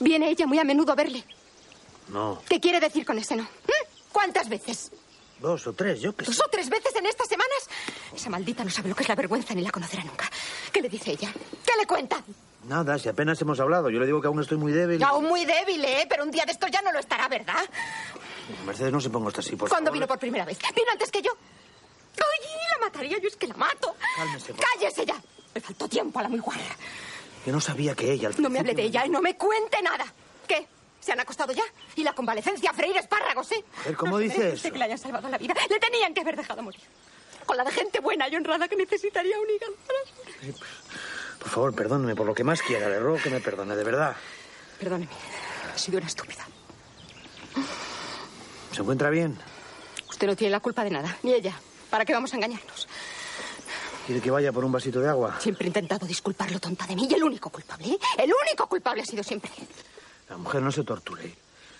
[SPEAKER 8] Viene ella muy a menudo a verle.
[SPEAKER 9] No,
[SPEAKER 8] ¿Qué quiere decir con ese no? ¿Mm? ¿Cuántas veces?
[SPEAKER 9] dos o tres, yo qué sé.
[SPEAKER 8] Dos o tres veces en estas semanas. Esa maldita no sabe lo que es la vergüenza ni la conocerá nunca. ¿Qué le dice ella? ¿Qué le cuenta?
[SPEAKER 9] Nada, si apenas hemos hablado. Yo le digo que aún estoy muy débil.
[SPEAKER 8] Aún muy débil, ¿eh? Pero un día de estos ya no lo estará, ¿verdad?
[SPEAKER 9] Mercedes, no se ponga usted así, por
[SPEAKER 8] ¿Cuándo
[SPEAKER 9] favor.
[SPEAKER 8] vino por primera vez? ¿Vino antes que yo? ¡Ay, la mataría! Yo es que la mato.
[SPEAKER 9] Cálmese, por-
[SPEAKER 8] ¡Cállese ya! Le faltó tiempo a la muy guarra.
[SPEAKER 9] Yo no sabía que ella... al
[SPEAKER 8] No me hable de
[SPEAKER 9] principio-
[SPEAKER 8] ella y no me cuente nada. ¿Qué? ¿Se han acostado ya? ¿Y la convalecencia a freír espárragos, eh?
[SPEAKER 9] Mujer, ¿cómo
[SPEAKER 8] No se
[SPEAKER 9] dice
[SPEAKER 8] merece usted
[SPEAKER 9] eso?
[SPEAKER 8] que le hayan salvado la vida. Le tenían que haber dejado morir. Con la de gente buena y honrada que necesitaría un hígado para-
[SPEAKER 9] Por favor, perdóneme por lo que más quiera. Le ruego que me perdone, de verdad.
[SPEAKER 8] Perdóneme, he sido una estúpida.
[SPEAKER 9] ¿Se encuentra bien?
[SPEAKER 8] Usted no tiene la culpa de nada, ni ella. ¿Para qué vamos a engañarnos?
[SPEAKER 9] ¿Quiere que vaya por un vasito de agua?
[SPEAKER 8] Siempre he intentado disculparlo, tonta de mí, y el único culpable, ¿eh? el único culpable ha sido siempre él.
[SPEAKER 9] La mujer no se torture.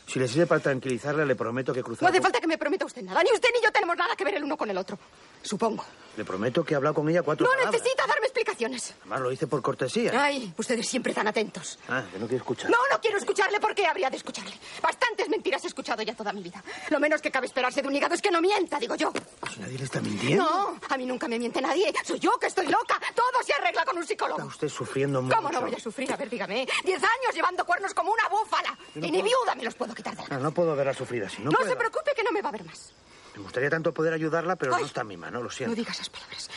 [SPEAKER 9] Si le sirve para tranquilizarla, le prometo que he cruzado...
[SPEAKER 8] No hace falta que me prometa usted nada. Ni usted ni yo tenemos nada que ver el uno con el otro. Supongo.
[SPEAKER 9] Le prometo que he hablado con ella cuatro
[SPEAKER 8] No
[SPEAKER 9] palabras.
[SPEAKER 8] necesita darme explicaciones.
[SPEAKER 9] Además, lo hice por cortesía.
[SPEAKER 8] Ay, ustedes siempre tan atentos.
[SPEAKER 9] Ah, que no quiere escuchar.
[SPEAKER 8] No, no quiero escucharle porque habría de escucharle. Bastantes mentiras he escuchado ya toda mi vida. Lo menos que cabe esperarse de un hígado es que no mienta, digo yo.
[SPEAKER 9] Pues nadie le está mintiendo.
[SPEAKER 8] No, a mí nunca me miente nadie. Soy yo que estoy loca. Todo se arregla con un
[SPEAKER 9] Está
[SPEAKER 8] psicólogo.
[SPEAKER 9] usted sufriendo mucho.
[SPEAKER 8] ¿Cómo no voy a sufrir? A ver, dígame. Diez años llevando cuernos como una búfala. Y ni viuda me los puedo quitar de la
[SPEAKER 9] No, Ah, no puedo verla sufrir así. No,
[SPEAKER 8] No
[SPEAKER 9] puedo.
[SPEAKER 8] se preocupe que no me va a ver más.
[SPEAKER 9] Me gustaría tanto poder ayudarla, pero
[SPEAKER 8] Ay.
[SPEAKER 9] no está en mi mano, lo
[SPEAKER 8] No
[SPEAKER 9] siento.
[SPEAKER 8] diga esas palabras.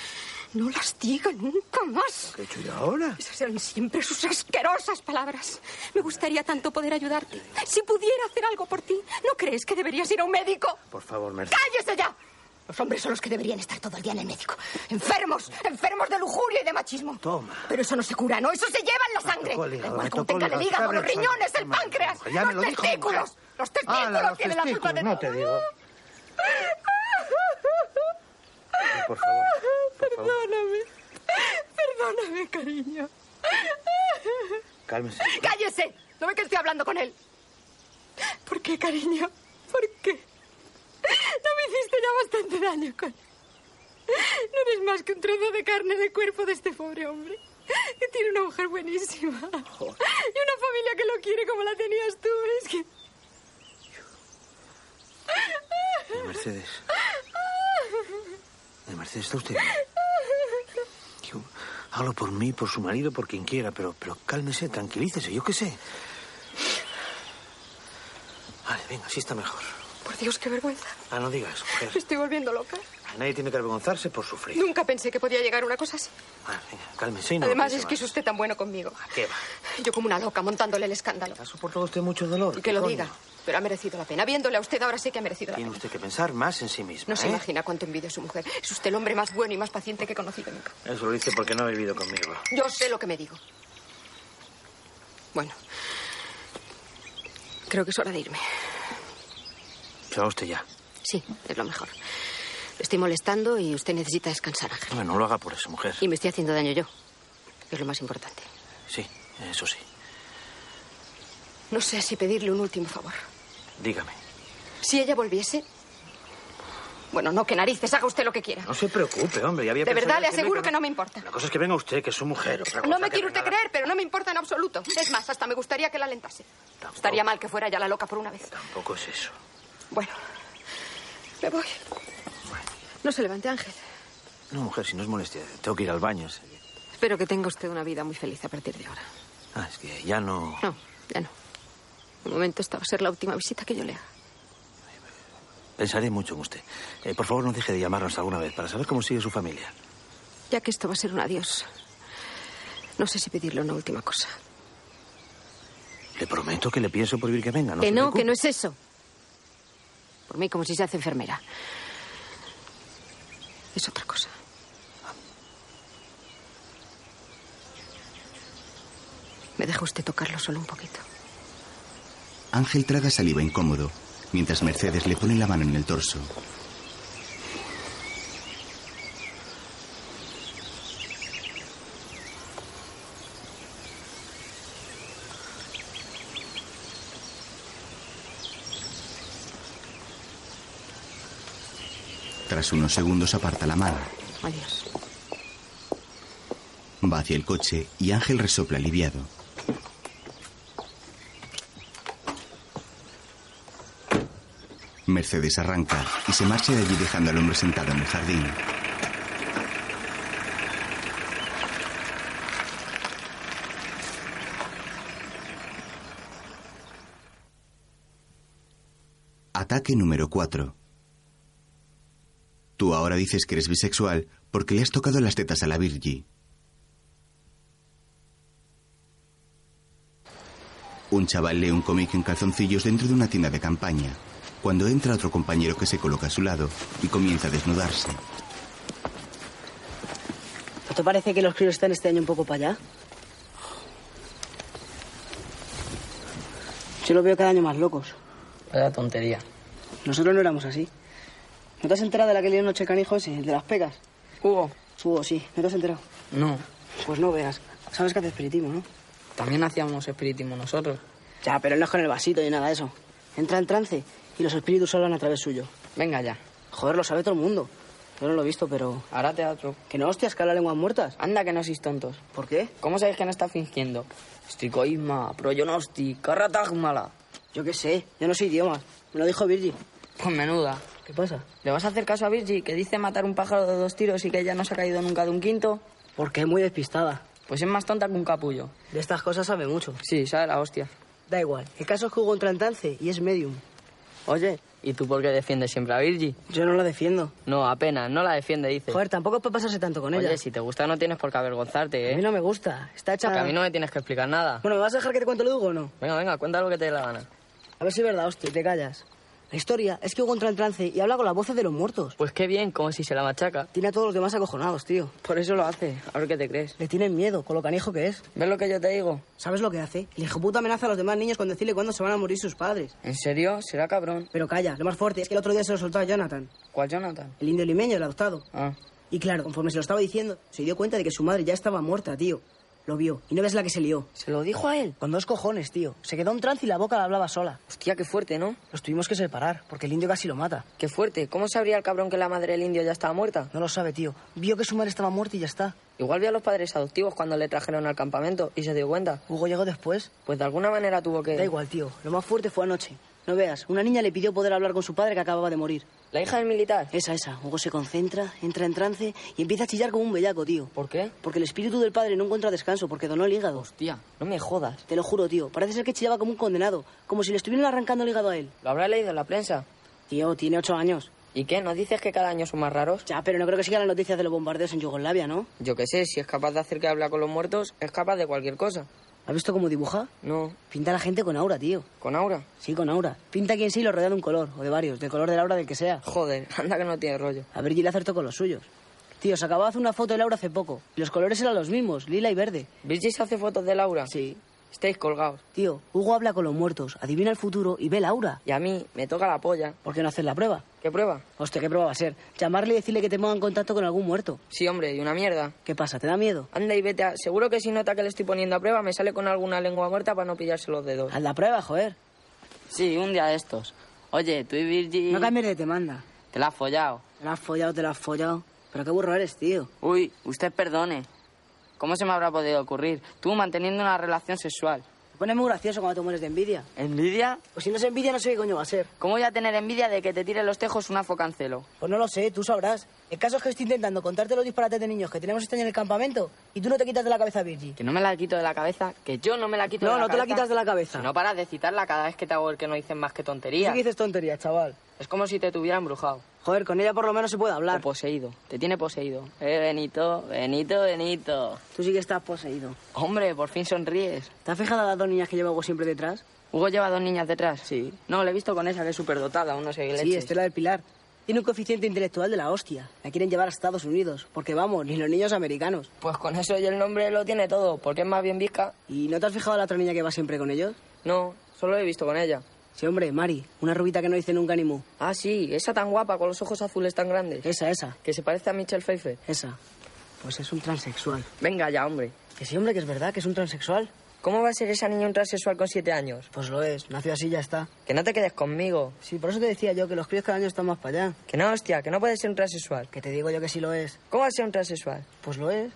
[SPEAKER 8] No las diga nunca más.
[SPEAKER 9] ¿Qué he hecho yo ahora?
[SPEAKER 8] Esas eran siempre sus asquerosas palabras. Me gustaría tanto poder ayudarte. Si pudiera hacer algo por ti, ¿no crees que deberías ir a un médico?
[SPEAKER 9] Por favor, Mercedes.
[SPEAKER 8] ¡Cállese ya! Los hombres son los que deberían estar todo el día en el médico. Enfermos, enfermos de lujuria y de machismo.
[SPEAKER 9] Toma.
[SPEAKER 8] Pero eso no se cura, ¿no? Eso se lleva en la sangre.
[SPEAKER 9] tocó el hígado,
[SPEAKER 8] Da
[SPEAKER 9] me
[SPEAKER 8] igual cómo
[SPEAKER 9] tocó el
[SPEAKER 8] tengan el
[SPEAKER 9] hígado,
[SPEAKER 8] hígado,
[SPEAKER 9] abre
[SPEAKER 8] los
[SPEAKER 9] el saco.
[SPEAKER 8] riñones, el páncreas,
[SPEAKER 9] Ya me lo
[SPEAKER 8] los
[SPEAKER 9] dijo, mujer.
[SPEAKER 8] testículos. Los testículos
[SPEAKER 9] Ala, los
[SPEAKER 8] tienen Este la culpa de
[SPEAKER 9] testículos, no te
[SPEAKER 8] todo.
[SPEAKER 9] digo. Sí, Por favor. Por favor.
[SPEAKER 8] Perdóname. Perdóname, cariño.
[SPEAKER 9] Cálmese.
[SPEAKER 8] ¡Cállese! ¿No ve que estoy hablando con él? ¿Por qué, cariño? ¿Por qué? No me hiciste ya bastante daño con No eres más que un trozo de carne de cuerpo de este pobre hombre. Que tiene una mujer buenísima. Y una familia que lo quiere como la tenías tú. Es que.
[SPEAKER 9] Mercedes. Eh, Mercedes, ¿está usted bien? Yo hablo por mí, por su marido, por quien quiera, pero, pero cálmese, tranquilícese, yo qué sé. Vale, venga, así está mejor.
[SPEAKER 8] Por Dios, qué vergüenza.
[SPEAKER 9] Ah, no digas,
[SPEAKER 8] Me
[SPEAKER 9] mujer. Ah,
[SPEAKER 8] estoy volviendo loca.
[SPEAKER 9] Nadie tiene que avergonzarse por sufrir.
[SPEAKER 8] Nunca pensé que podía llegar una cosa así.
[SPEAKER 9] Ah, venga, cálmese y no lo
[SPEAKER 8] Además,
[SPEAKER 9] piense
[SPEAKER 8] es que es
[SPEAKER 9] más.
[SPEAKER 8] usted tan bueno conmigo.
[SPEAKER 9] ¿Qué va?
[SPEAKER 8] Yo como una loca montándole el escándalo.
[SPEAKER 9] ¿Ha soportado usted mucho dolor?
[SPEAKER 8] Y que lo
[SPEAKER 9] coño?
[SPEAKER 8] diga. Pero ha merecido la pena. Viéndole a usted ahora sí que ha merecido la
[SPEAKER 9] Tiene
[SPEAKER 8] pena.
[SPEAKER 9] usted que pensar más en sí misma,
[SPEAKER 8] No se
[SPEAKER 9] ¿eh?
[SPEAKER 8] imagina cuánto envidia a su mujer. Es usted el hombre más bueno y más paciente que he conocido nunca.
[SPEAKER 9] Eso lo dice porque no ha vivido conmigo.
[SPEAKER 8] Yo sé lo que me digo. Bueno. Creo que es hora de irme.
[SPEAKER 9] Se va usted ya.
[SPEAKER 8] Sí, es lo mejor. Le estoy molestando y usted necesita descansar, Ángel.
[SPEAKER 9] Bueno, no lo haga por eso, mujer.
[SPEAKER 8] Y me estoy haciendo daño yo. Es lo más importante.
[SPEAKER 9] Sí, eso sí.
[SPEAKER 8] No sé si pedirle un último favor.
[SPEAKER 9] Dígame.
[SPEAKER 8] Si ella volviese. Bueno, no, que narices, haga usted lo que quiera.
[SPEAKER 9] No se preocupe, hombre. Ya había
[SPEAKER 8] De
[SPEAKER 9] pensado
[SPEAKER 8] verdad, le
[SPEAKER 9] decirle
[SPEAKER 8] aseguro que no me importa.
[SPEAKER 9] La cosa es que venga usted, que es su mujer. otra cosa
[SPEAKER 8] No me
[SPEAKER 9] que
[SPEAKER 8] quiere usted
[SPEAKER 9] venga-
[SPEAKER 8] creer, pero no me importa en absoluto. Es más, hasta me gustaría que la alentase.
[SPEAKER 9] Tampoco.
[SPEAKER 8] Estaría mal que fuera ya la loca por una vez.
[SPEAKER 9] Tampoco es eso.
[SPEAKER 8] Bueno, me voy. No se levante, Ángel.
[SPEAKER 9] No, mujer, si no es molestia, tengo que ir al baño. es-
[SPEAKER 8] Espero que tenga usted una vida muy feliz a partir de ahora.
[SPEAKER 9] Ah, es que ya no.
[SPEAKER 8] No, ya no. De momento esta va a ser la última visita que yo le haga.
[SPEAKER 9] Pensaré mucho en usted. Eh, por favor, no deje de llamarnos alguna vez para saber cómo sigue su familia.
[SPEAKER 8] Ya que esto va a ser un adiós. No sé si pedirle una última cosa.
[SPEAKER 9] Le prometo que le pienso prohibir que venga. No
[SPEAKER 8] que
[SPEAKER 9] se
[SPEAKER 8] no,
[SPEAKER 9] preocupe.
[SPEAKER 8] que no es eso. Por mí, como si se hace enfermera. Es otra cosa. ¿Me deja usted tocarlo solo un poquito?
[SPEAKER 1] Ángel traga saliva incómodo, mientras Mercedes le pone la mano en el torso. Tras unos segundos aparta la mano,
[SPEAKER 8] Adiós.
[SPEAKER 1] va hacia el coche y Ángel resopla aliviado. Mercedes arranca y se marcha de allí dejando al hombre sentado en el jardín. Ataque número 4. Tú ahora dices que eres bisexual porque le has tocado las tetas a la Virgi. Un chaval lee un cómic en calzoncillos dentro de una tienda de campaña, cuando entra otro compañero que se coloca a su lado y comienza a desnudarse.
[SPEAKER 10] ¿No te parece que los críos están este año un poco para allá? Yo los veo cada año más locos.
[SPEAKER 11] Vaya tontería.
[SPEAKER 10] Nosotros no éramos así. ¿No te has enterado de la que lió noche canijo ese, el de las pegas?
[SPEAKER 11] Hugo.
[SPEAKER 10] Hugo, sí. ¿No te has enterado?
[SPEAKER 11] No.
[SPEAKER 10] Pues no veas. Sabes que hace espiritismo, ¿no?
[SPEAKER 11] También hacíamos espiritismo nosotros.
[SPEAKER 10] Ya, pero no es con el vasito ni nada de eso. Entra en trance y los espíritus hablan a través suyo.
[SPEAKER 11] Venga ya.
[SPEAKER 10] Joder, lo sabe todo el mundo. Yo no lo he visto, pero...
[SPEAKER 11] Ahora teatro.
[SPEAKER 10] Que no, hostias, que habla lenguas muertas.
[SPEAKER 11] Anda, que no sois tontos.
[SPEAKER 10] ¿Por qué?
[SPEAKER 11] ¿Cómo sabéis que no está fingiendo? Sticoisma, proyonosti, carratagmala.
[SPEAKER 10] Yo qué sé, yo no sé idiomas. Me lo dijo Virgi.
[SPEAKER 11] Pues menuda.
[SPEAKER 10] ¿Qué pasa?
[SPEAKER 11] ¿Le vas a hacer caso a Virgi, que dice matar un pájaro de dos tiros y que ella no se ha caído nunca de un quinto?
[SPEAKER 10] Porque es muy despistada.
[SPEAKER 11] Pues es más tonta que un capullo.
[SPEAKER 10] De estas cosas sabe mucho.
[SPEAKER 11] Sí, sabe la hostia.
[SPEAKER 10] Da igual. El caso es que Hugo entra en trance y es medium.
[SPEAKER 11] Oye, ¿y tú por qué defiendes siempre a Virgi?
[SPEAKER 10] Yo no la defiendo.
[SPEAKER 11] No, apenas, no la defiende, dice.
[SPEAKER 10] Joder, tampoco puede pasarse tanto con
[SPEAKER 11] Oye,
[SPEAKER 10] ella.
[SPEAKER 11] si te gusta no tienes por qué avergonzarte, ¿eh?
[SPEAKER 10] A mí no me gusta. Está hecha...
[SPEAKER 11] Que a mí no me tienes que explicar nada.
[SPEAKER 10] Bueno, ¿me vas a dejar que te cuente lo de Hugo o no?
[SPEAKER 11] Venga, venga, cuenta lo que te dé la gana.
[SPEAKER 10] A ver si es verdad, hostia, te callas. La historia es que Hugo entra en trance y habla con las voces de los muertos.
[SPEAKER 11] Pues qué bien, como si se la machaca.
[SPEAKER 10] Tiene a todos los demás acojonados, tío.
[SPEAKER 11] Por eso lo hace, a ver qué te crees.
[SPEAKER 10] Le tienen miedo, con lo canijo que es.
[SPEAKER 11] ¿Ves lo que yo te digo?
[SPEAKER 10] ¿Sabes lo que hace? El hijo puta amenaza a los demás niños con decirle cuándo se van a morir sus padres.
[SPEAKER 11] ¿En serio? Será cabrón.
[SPEAKER 10] Pero calla, lo más fuerte es que el otro día se lo soltó a Jonathan,
[SPEAKER 11] ¿Cuál Jonathan?
[SPEAKER 10] el indio limeño, el adoptado.
[SPEAKER 11] Ah.
[SPEAKER 10] Y claro, conforme se lo estaba diciendo, se dio cuenta de que su madre ya estaba muerta, tío. Lo vio. Y no ves la que se lió.
[SPEAKER 11] ¿Se lo dijo a él?
[SPEAKER 10] Con dos cojones, tío. Se quedó en trance y la boca la hablaba sola.
[SPEAKER 11] Hostia, qué fuerte, ¿no?
[SPEAKER 10] Los tuvimos que separar, porque el indio casi lo mata.
[SPEAKER 11] Qué fuerte. ¿Cómo sabría el cabrón que la madre del indio ya estaba muerta?
[SPEAKER 10] No lo sabe, tío. Vio que su madre estaba muerta y ya está.
[SPEAKER 11] Igual vio a los padres adoptivos cuando le trajeron al campamento y se dio cuenta.
[SPEAKER 10] Hugo llegó después.
[SPEAKER 11] Pues de alguna manera tuvo que...
[SPEAKER 10] Da igual, tío. Lo más fuerte fue anoche. No veas, una niña le pidió poder hablar con su padre que acababa de morir.
[SPEAKER 11] ¿La hija del militar?
[SPEAKER 10] Esa, esa. Hugo se concentra, entra en trance y empieza a chillar como un bellaco, tío.
[SPEAKER 11] ¿Por qué?
[SPEAKER 10] Porque el espíritu del padre no encuentra descanso porque donó el hígado.
[SPEAKER 11] Hostia, no me jodas.
[SPEAKER 10] Te lo juro, tío. Parece ser que chillaba como un condenado, como si le estuvieran arrancando el hígado a él.
[SPEAKER 11] ¿Lo habrá leído en la prensa?
[SPEAKER 10] Tío, tiene ocho años.
[SPEAKER 11] ¿Y qué? ¿Nos dices que cada año son más raros?
[SPEAKER 10] Ya, pero no creo que sigan las noticias de los bombardeos en Yugoslavia, ¿no?
[SPEAKER 11] Yo qué sé, si es capaz de hacer que habla con los muertos, es capaz de cualquier cosa.
[SPEAKER 10] ¿Has visto cómo dibuja?
[SPEAKER 11] No,
[SPEAKER 10] Pinta a la gente con aura, tío.
[SPEAKER 11] con aura.
[SPEAKER 10] Sí, con aura. Pinta a quien sí y lo rodea de un color, o de varios, del color del aura del que sea.
[SPEAKER 11] Joder, anda que no tiene rollo.
[SPEAKER 10] A Virgil acertó con los suyos. Tío, se acababa de hacer una foto de Laura hace poco. Y los colores eran los mismos, lila y verde.
[SPEAKER 11] ¿Virgil se hace fotos de Laura?
[SPEAKER 10] Sí.
[SPEAKER 11] Estáis colgados.
[SPEAKER 10] Tío, Hugo habla con los muertos, adivina el futuro y ve la aura.
[SPEAKER 11] Y a mí me toca la polla.
[SPEAKER 10] ¿Por qué no haces la prueba?
[SPEAKER 11] ¿Qué prueba?
[SPEAKER 10] Hostia, ¿qué prueba va a ser? Llamarle y decirle que te ponga en contacto con algún muerto.
[SPEAKER 11] Sí, hombre, y una mierda.
[SPEAKER 10] ¿Qué pasa? ¿Te da miedo?
[SPEAKER 11] Anda y vete a... Seguro que si nota que le estoy poniendo a prueba me sale con alguna lengua muerta para no pillarse los dedos.
[SPEAKER 10] Haz la prueba, joder.
[SPEAKER 11] Sí, un día de estos. Oye, tú y Virgil...
[SPEAKER 10] No cambies de te manda.
[SPEAKER 11] Te la has follado.
[SPEAKER 10] Te la has follado, te la has follado. Pero qué burro eres, tío.
[SPEAKER 11] Uy, usted perdone. ¿Cómo se me habrá podido ocurrir? Tú manteniendo una relación sexual.
[SPEAKER 10] Te pones muy gracioso cuando te mueres de envidia.
[SPEAKER 11] ¿Envidia?
[SPEAKER 10] Pues si no es envidia, no sé qué coño va a ser.
[SPEAKER 11] ¿Cómo voy a tener envidia de que te tire los tejos una focancelo?
[SPEAKER 10] Pues no lo sé, tú sabrás. El caso es que estoy intentando contarte los disparates de niños que tenemos este año en el campamento y tú no te quitas de la cabeza, Virgi.
[SPEAKER 11] Que no me la quito de la cabeza, que yo no me la quito
[SPEAKER 10] No,
[SPEAKER 11] de la
[SPEAKER 10] no te
[SPEAKER 11] cabeza.
[SPEAKER 10] la quitas de la cabeza.
[SPEAKER 11] Si no paras de citarla cada vez que te hago el que no dicen más que
[SPEAKER 10] Sí
[SPEAKER 11] tonterías.
[SPEAKER 10] que dices tonterías, chaval.
[SPEAKER 11] Es como si te tuviera embrujado.
[SPEAKER 10] Joder, con ella por lo menos se puede
[SPEAKER 11] O
[SPEAKER 10] hablar.
[SPEAKER 11] poseído. Te tiene poseído. Eh, Benito, Benito, Benito.
[SPEAKER 10] Tú sí que estás pues, poseído.
[SPEAKER 11] Hombre, por fin sonríes.
[SPEAKER 10] ¿Te has fijado a las dos niñas que lleva Hugo siempre detrás?
[SPEAKER 11] ¿Hugo lleva dos niñas detrás? Sí. No, le he visto con esa que es superdotada, aún no sé qué
[SPEAKER 10] Sí,
[SPEAKER 11] leches.
[SPEAKER 10] Estela del Pilar. Tiene un coeficiente intelectual de la hostia. La quieren llevar a Estados Unidos, porque vamos, ni los niños americanos.
[SPEAKER 11] Pues con eso y el nombre lo tiene todo, porque es más bien visca.
[SPEAKER 10] ¿Y no te has fijado a la otra niña que va siempre con ellos?
[SPEAKER 11] No, solo he visto con ella.
[SPEAKER 10] Sí, hombre, Mari, una rubita que no dice nunca ni mu.
[SPEAKER 11] Ah, sí, esa tan guapa, con los ojos azules tan grandes.
[SPEAKER 10] Esa, esa,
[SPEAKER 11] Que se parece a Michelle Pfeiffer.
[SPEAKER 10] esa. Pues es un transexual.
[SPEAKER 11] Venga ya, hombre.
[SPEAKER 10] Que sí, hombre, que es verdad, que es un transexual.
[SPEAKER 11] ¿Cómo va a ser esa niña un transexual con siete años?
[SPEAKER 10] Pues lo es, nació así y ya está.
[SPEAKER 11] Que no te quedes conmigo.
[SPEAKER 10] Sí, por eso te decía yo que los críos cada año están más para allá.
[SPEAKER 11] Que no, hostia, que no puede ser un transexual.
[SPEAKER 10] Que te digo yo que sí lo es.
[SPEAKER 11] ¿Cómo va a ser un transexual?
[SPEAKER 10] Pues lo es.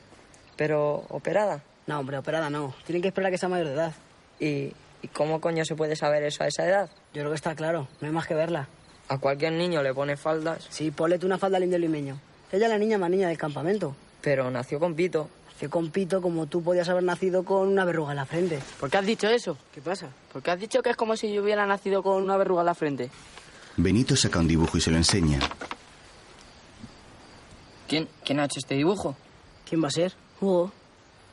[SPEAKER 11] Pero operada.
[SPEAKER 10] No, hombre, operada no. Tienen que esperar a que sea mayor de edad.
[SPEAKER 11] ¿Y, y cómo coño se puede saber eso a esa edad?
[SPEAKER 10] Yo creo que está claro, no hay más que verla. A cualquier niño le pone faldas.
[SPEAKER 12] Sí, ponle tú una falda al indio limeño. Ella es la niña más niña del campamento.
[SPEAKER 10] Pero nació con pito.
[SPEAKER 12] Nació con pito como tú podías haber nacido con una verruga en la frente.
[SPEAKER 10] ¿Por qué has dicho eso? ¿Qué pasa? ¿Por qué has dicho que es como si yo hubiera nacido con una verruga en la frente?
[SPEAKER 1] Benito saca un dibujo y se lo enseña.
[SPEAKER 10] ¿Quién, quién ha hecho este dibujo?
[SPEAKER 12] ¿Quién va a ser? Hugo.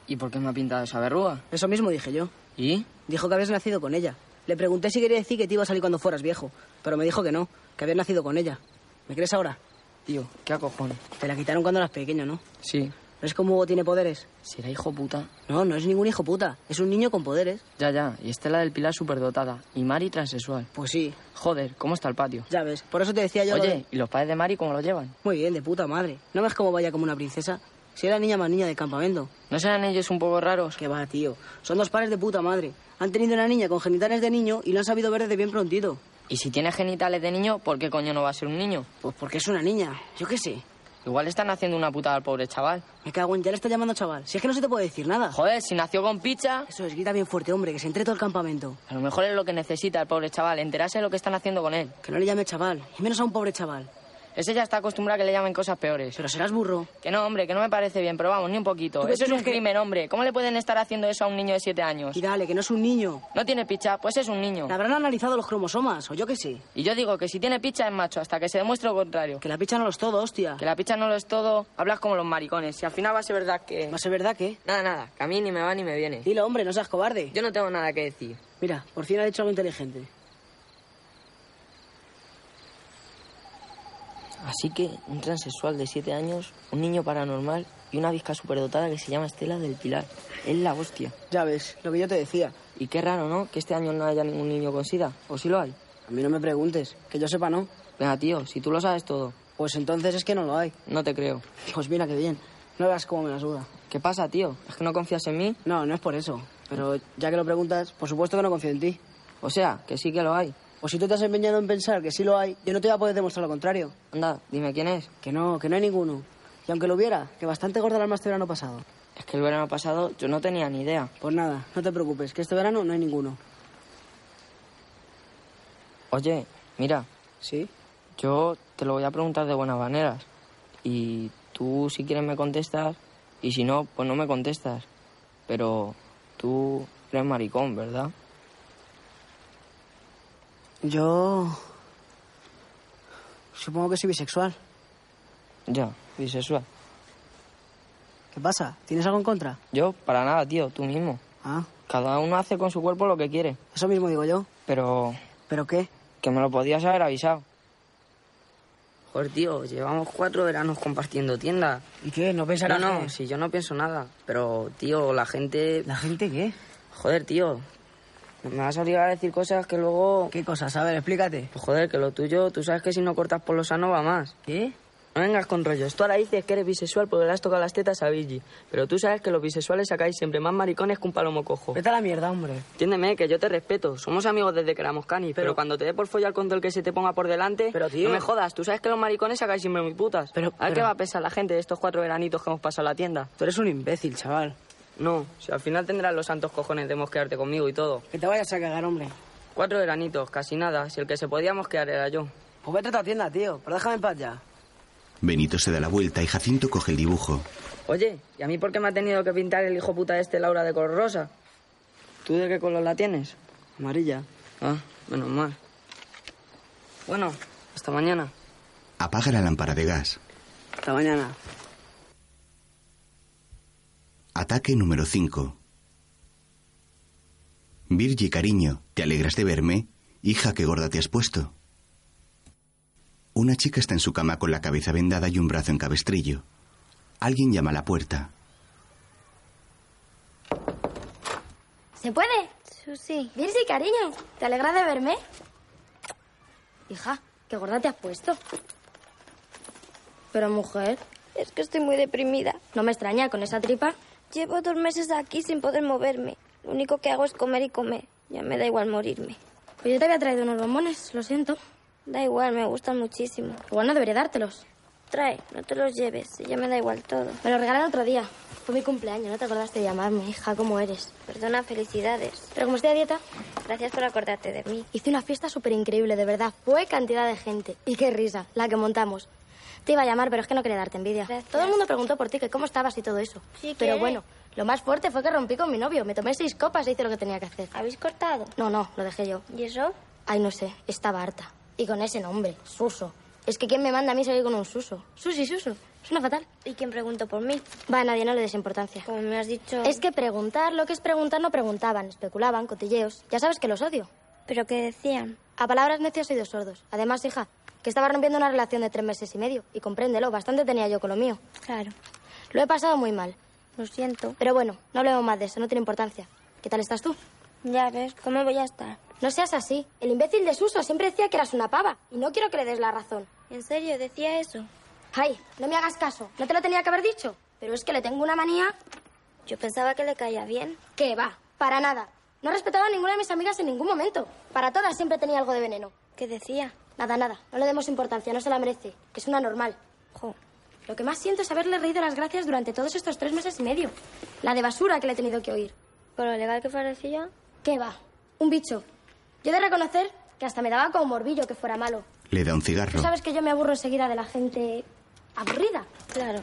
[SPEAKER 10] ¿Y por qué me ha pintado esa verruga?
[SPEAKER 12] Eso mismo dije yo.
[SPEAKER 10] ¿Y?
[SPEAKER 12] Dijo que habías nacido con ella. Le pregunté si quería decir que te iba a salir cuando fueras viejo, pero me dijo que no, que habías nacido con ella. ¿Me crees ahora?
[SPEAKER 10] Tío, qué acojones.
[SPEAKER 12] Te la quitaron cuando eras pequeño, ¿no?
[SPEAKER 10] Sí.
[SPEAKER 12] ¿No es como Hugo tiene poderes?
[SPEAKER 10] ¿Será hijo puta?
[SPEAKER 12] No, no es ningún hijo puta. Es un niño con poderes.
[SPEAKER 10] Ya, ya. Y Estela del Pilar superdotada. Y Mari transexual.
[SPEAKER 12] Pues sí.
[SPEAKER 10] Joder, ¿cómo está el patio?
[SPEAKER 12] Ya ves, por eso te decía yo...
[SPEAKER 10] Oye,
[SPEAKER 12] lo de-
[SPEAKER 10] ¿y los padres de Mari cómo lo llevan?
[SPEAKER 12] Muy bien, de puta madre. ¿No ves cómo vaya como una princesa? Si era niña más niña del campamento.
[SPEAKER 10] ¿No serán ellos un poco raros?
[SPEAKER 12] Que va, tío. Son dos pares de puta madre. Han tenido una niña con genitales de niño y lo han sabido ver desde bien prontito.
[SPEAKER 10] Y si tiene genitales de niño, ¿por qué coño no va a ser un niño?
[SPEAKER 12] Pues porque es una niña. Yo qué sé.
[SPEAKER 10] Igual están haciendo una putada al pobre chaval.
[SPEAKER 12] Me cago en... Ya le está llamando chaval. Si es que no se te puede decir nada.
[SPEAKER 10] Joder, si nació con picha,
[SPEAKER 12] Eso es, grita bien fuerte, hombre, que se entre todo el campamento.
[SPEAKER 10] a lo mejor es lo que necesita el pobre chaval, enterarse de lo que están haciendo con él.
[SPEAKER 12] Que no le llame chaval, y menos a un pobre chaval.
[SPEAKER 10] Ese ya está acostumbrado a que le llamen cosas peores.
[SPEAKER 12] Pero serás burro.
[SPEAKER 10] Que no, hombre, que no me parece bien, pero vamos, ni un poquito.
[SPEAKER 12] ¿Tú qué
[SPEAKER 10] Eso es
[SPEAKER 12] crees
[SPEAKER 10] un
[SPEAKER 12] que-
[SPEAKER 10] crimen, hombre. ¿Cómo le pueden estar haciendo eso a un niño de siete años?
[SPEAKER 12] Y dale, que no es un niño.
[SPEAKER 10] No tiene picha, pues es un niño.
[SPEAKER 12] Le habrán analizado los cromosomas, o yo qué sé.
[SPEAKER 10] Y yo digo que si tiene picha es macho, hasta que se demuestre lo contrario.
[SPEAKER 12] Que la pichan a los todos, hostia.
[SPEAKER 10] Que la picha no lo es todo, hablas como los maricones. Si al final va a ser verdad que...
[SPEAKER 12] ¿Va a ser verdad que?
[SPEAKER 10] Nada, nada, que a mí ni me va ni me viene.
[SPEAKER 12] Dilo, hombre, no seas cobarde.
[SPEAKER 10] Yo no tengo nada que decir.
[SPEAKER 12] Mira, por fin ha dicho algo inteligente.
[SPEAKER 10] Así que un transexual de 7 años, un niño paranormal y una visca superdotada que se llama Estela del Pilar. Es la hostia.
[SPEAKER 12] Ya ves, lo que yo te decía.
[SPEAKER 10] Y qué raro, ¿no? Que este año no haya ningún niño con sida. ¿O si lo hay?
[SPEAKER 12] A mí no me preguntes, que yo sepa no.
[SPEAKER 10] Venga, tío, si tú lo sabes todo,
[SPEAKER 12] Pues entonces es que no lo hay.
[SPEAKER 10] no te creo.
[SPEAKER 12] Pues mira qué bien. No veas cómo me las duda.
[SPEAKER 10] ¿Qué pasa, tío? ¿Es que no confías en mí?
[SPEAKER 12] No, no es por eso. Pero ya que lo preguntas, por supuesto que no confío en ti.
[SPEAKER 10] O sea, que sí que lo hay.
[SPEAKER 12] O si tú te has empeñado en pensar que sí lo hay, yo no te voy a poder demostrar lo contrario.
[SPEAKER 10] Anda, dime quién es.
[SPEAKER 12] Que no, que no hay ninguno. Y aunque lo hubiera, que bastante gorda la alma este verano pasado.
[SPEAKER 10] Es que el verano pasado yo no tenía ni idea.
[SPEAKER 12] Pues nada, no te preocupes, que este verano no hay ninguno.
[SPEAKER 10] Oye, mira,
[SPEAKER 12] ¿Sí?
[SPEAKER 10] yo te lo voy a preguntar de buenas maneras. Y tú, si quieres, me contestas. Y si no, pues no me contestas. Pero tú eres maricón, ¿verdad?
[SPEAKER 12] Yo... Supongo que soy bisexual.
[SPEAKER 10] Ya, bisexual.
[SPEAKER 12] ¿Qué pasa? ¿Tienes algo en contra?
[SPEAKER 10] Yo, para nada, tío, tú mismo.
[SPEAKER 12] Ah,
[SPEAKER 10] Cada uno hace con su cuerpo lo que quiere.
[SPEAKER 12] eso mismo digo yo.
[SPEAKER 10] Pero
[SPEAKER 12] ¿Pero qué?
[SPEAKER 10] que me lo podías haber avisado. Joder, tío, llevamos cuatro veranos compartiendo tienda.
[SPEAKER 12] ¿Y qué? ¿No pensarás que-
[SPEAKER 10] si yo no pienso nada. Pero, tío, la gente...
[SPEAKER 12] ¿La gente qué?
[SPEAKER 10] Joder, tío, me vas a obligar a decir cosas que luego...
[SPEAKER 12] ¿Qué cosas? A ver, explícate.
[SPEAKER 10] Pues joder, que lo tuyo, tú sabes que si no cortas por lo sano va más.
[SPEAKER 12] ¿Qué?
[SPEAKER 10] No vengas con rollos. Tú ahora dices que eres bisexual porque le has tocado las tetas a Billy. Pero tú sabes que los bisexuales sacáis siempre más maricones que un palomo cojo.
[SPEAKER 12] Vete a la mierda, hombre.
[SPEAKER 10] Entiéndeme, que yo te respeto. Somos amigos desde que éramos canis. Pero, cuando te dé por follar con todo el que se te ponga por delante...
[SPEAKER 12] Pero, tío.
[SPEAKER 10] No me jodas. Tú sabes que los maricones sacáis siempre muy putas.
[SPEAKER 12] Pero-
[SPEAKER 10] ¿A ver qué
[SPEAKER 12] pero-
[SPEAKER 10] va a pensar la gente de estos cuatro veranitos que hemos pasado en la tienda?
[SPEAKER 12] Tú eres un imbécil, chaval.
[SPEAKER 10] No, si al final tendrás los santos cojones de mosquearte conmigo y todo.
[SPEAKER 12] Que te vayas a cagar, hombre.
[SPEAKER 10] Cuatro veranitos, casi nada. Si el que se podía mosquear era yo.
[SPEAKER 12] Pues vete a tu tienda, tío. Pero déjame en paz ya.
[SPEAKER 1] Benito se da la vuelta y Jacinto coge el dibujo.
[SPEAKER 10] Oye, ¿y a mí por qué me ha tenido que pintar el hijo puta este Laura de color rosa? ¿Tú de qué color la tienes?
[SPEAKER 12] Amarilla.
[SPEAKER 10] Ah, menos mal. Bueno, hasta mañana.
[SPEAKER 1] Apaga la lámpara de gas.
[SPEAKER 12] Hasta mañana.
[SPEAKER 1] Ataque número 5. Virgi, cariño, ¿te alegras de verme? Hija, qué gorda te has puesto. Una chica está en su cama con la cabeza vendada y un brazo en cabestrillo. Alguien llama a la puerta.
[SPEAKER 13] ¿Se puede?
[SPEAKER 14] Susi,
[SPEAKER 13] Virsi, cariño, ¿te alegra de verme? Hija, qué gorda te has puesto. Pero mujer,
[SPEAKER 14] es que estoy muy deprimida.
[SPEAKER 13] no me extraña con esa tripa.
[SPEAKER 14] Llevo dos meses aquí sin poder moverme. Lo único que hago es comer y comer. Ya me da igual morirme.
[SPEAKER 13] Pues yo te había traído unos bombones, lo siento.
[SPEAKER 14] Da igual, me gustan muchísimo.
[SPEAKER 13] Igual no debería dártelos.
[SPEAKER 14] Trae, no te los lleves. Ya me da igual todo.
[SPEAKER 13] Me los regalan otro día. Fue mi cumpleaños, no te acordaste de llamarme, hija, ¿cómo eres?
[SPEAKER 14] Perdona, felicidades.
[SPEAKER 13] Pero como estoy a dieta,
[SPEAKER 14] Gracias por acordarte de mí.
[SPEAKER 13] hice una fiesta súper increíble, de verdad. Fue cantidad de gente. Y qué risa, la que montamos. Te iba a llamar, pero es que no quería darte envidia. Todo el mundo preguntó por ti, que cómo estabas y todo eso.
[SPEAKER 14] Sí,
[SPEAKER 13] pero
[SPEAKER 14] ¿qué?
[SPEAKER 13] bueno, lo más fuerte fue que rompí con mi novio. Me tomé seis copas e hice lo que tenía que hacer.
[SPEAKER 14] ¿Habéis cortado?
[SPEAKER 13] No, no, lo dejé yo.
[SPEAKER 14] ¿Y eso?
[SPEAKER 13] Ay, no sé, estaba harta. Y con ese nombre, Suso. Es que ¿quién me manda a mí salir con un Suso? Susi, Suso. Suena fatal.
[SPEAKER 14] ¿Y quién preguntó por mí?
[SPEAKER 13] Va, nadie, no le des importancia.
[SPEAKER 14] Como me has dicho...
[SPEAKER 13] Es que preguntar lo que es preguntar no preguntaban, especulaban, cotilleos. Ya sabes que los odio.
[SPEAKER 14] ¿Pero qué decían?
[SPEAKER 13] A palabras necias y dos sordos. Además, hija, que estaba rompiendo una relación de tres meses y medio. Y compréndelo, bastante tenía yo con lo mío.
[SPEAKER 14] Claro.
[SPEAKER 13] Lo he pasado muy mal.
[SPEAKER 14] Lo siento.
[SPEAKER 13] Pero bueno, no hablemos más de eso, no tiene importancia. ¿Qué tal estás tú?
[SPEAKER 14] Ya ves, ¿cómo voy a estar?
[SPEAKER 13] No seas así. El imbécil de Suso siempre decía que eras una pava. Y no quiero que le des la razón.
[SPEAKER 14] ¿En serio decía eso?
[SPEAKER 13] Ay, no me hagas caso. No te lo tenía que haber dicho. Pero es que le tengo una manía
[SPEAKER 14] Yo pensaba que le caía bien.
[SPEAKER 13] que va, para nada. No respetaba a ninguna de mis amigas en ningún momento. Para todas siempre tenía algo de veneno.
[SPEAKER 14] ¿Qué decía?
[SPEAKER 13] Nada, nada. No le demos importancia, no se la merece. Que es una normal.
[SPEAKER 14] Jo.
[SPEAKER 13] Lo que más siento es haberle reído las gracias durante todos estos tres meses y medio. La de basura que le he tenido que oír.
[SPEAKER 14] Por lo legal que parecía.
[SPEAKER 13] ¿Qué va? Un bicho. Yo he de reconocer que hasta me daba como morbillo que fuera malo.
[SPEAKER 1] Le da un
[SPEAKER 13] Tú
[SPEAKER 1] cigarro.
[SPEAKER 13] sabes que yo me aburro enseguida de la gente aburrida.
[SPEAKER 14] Claro.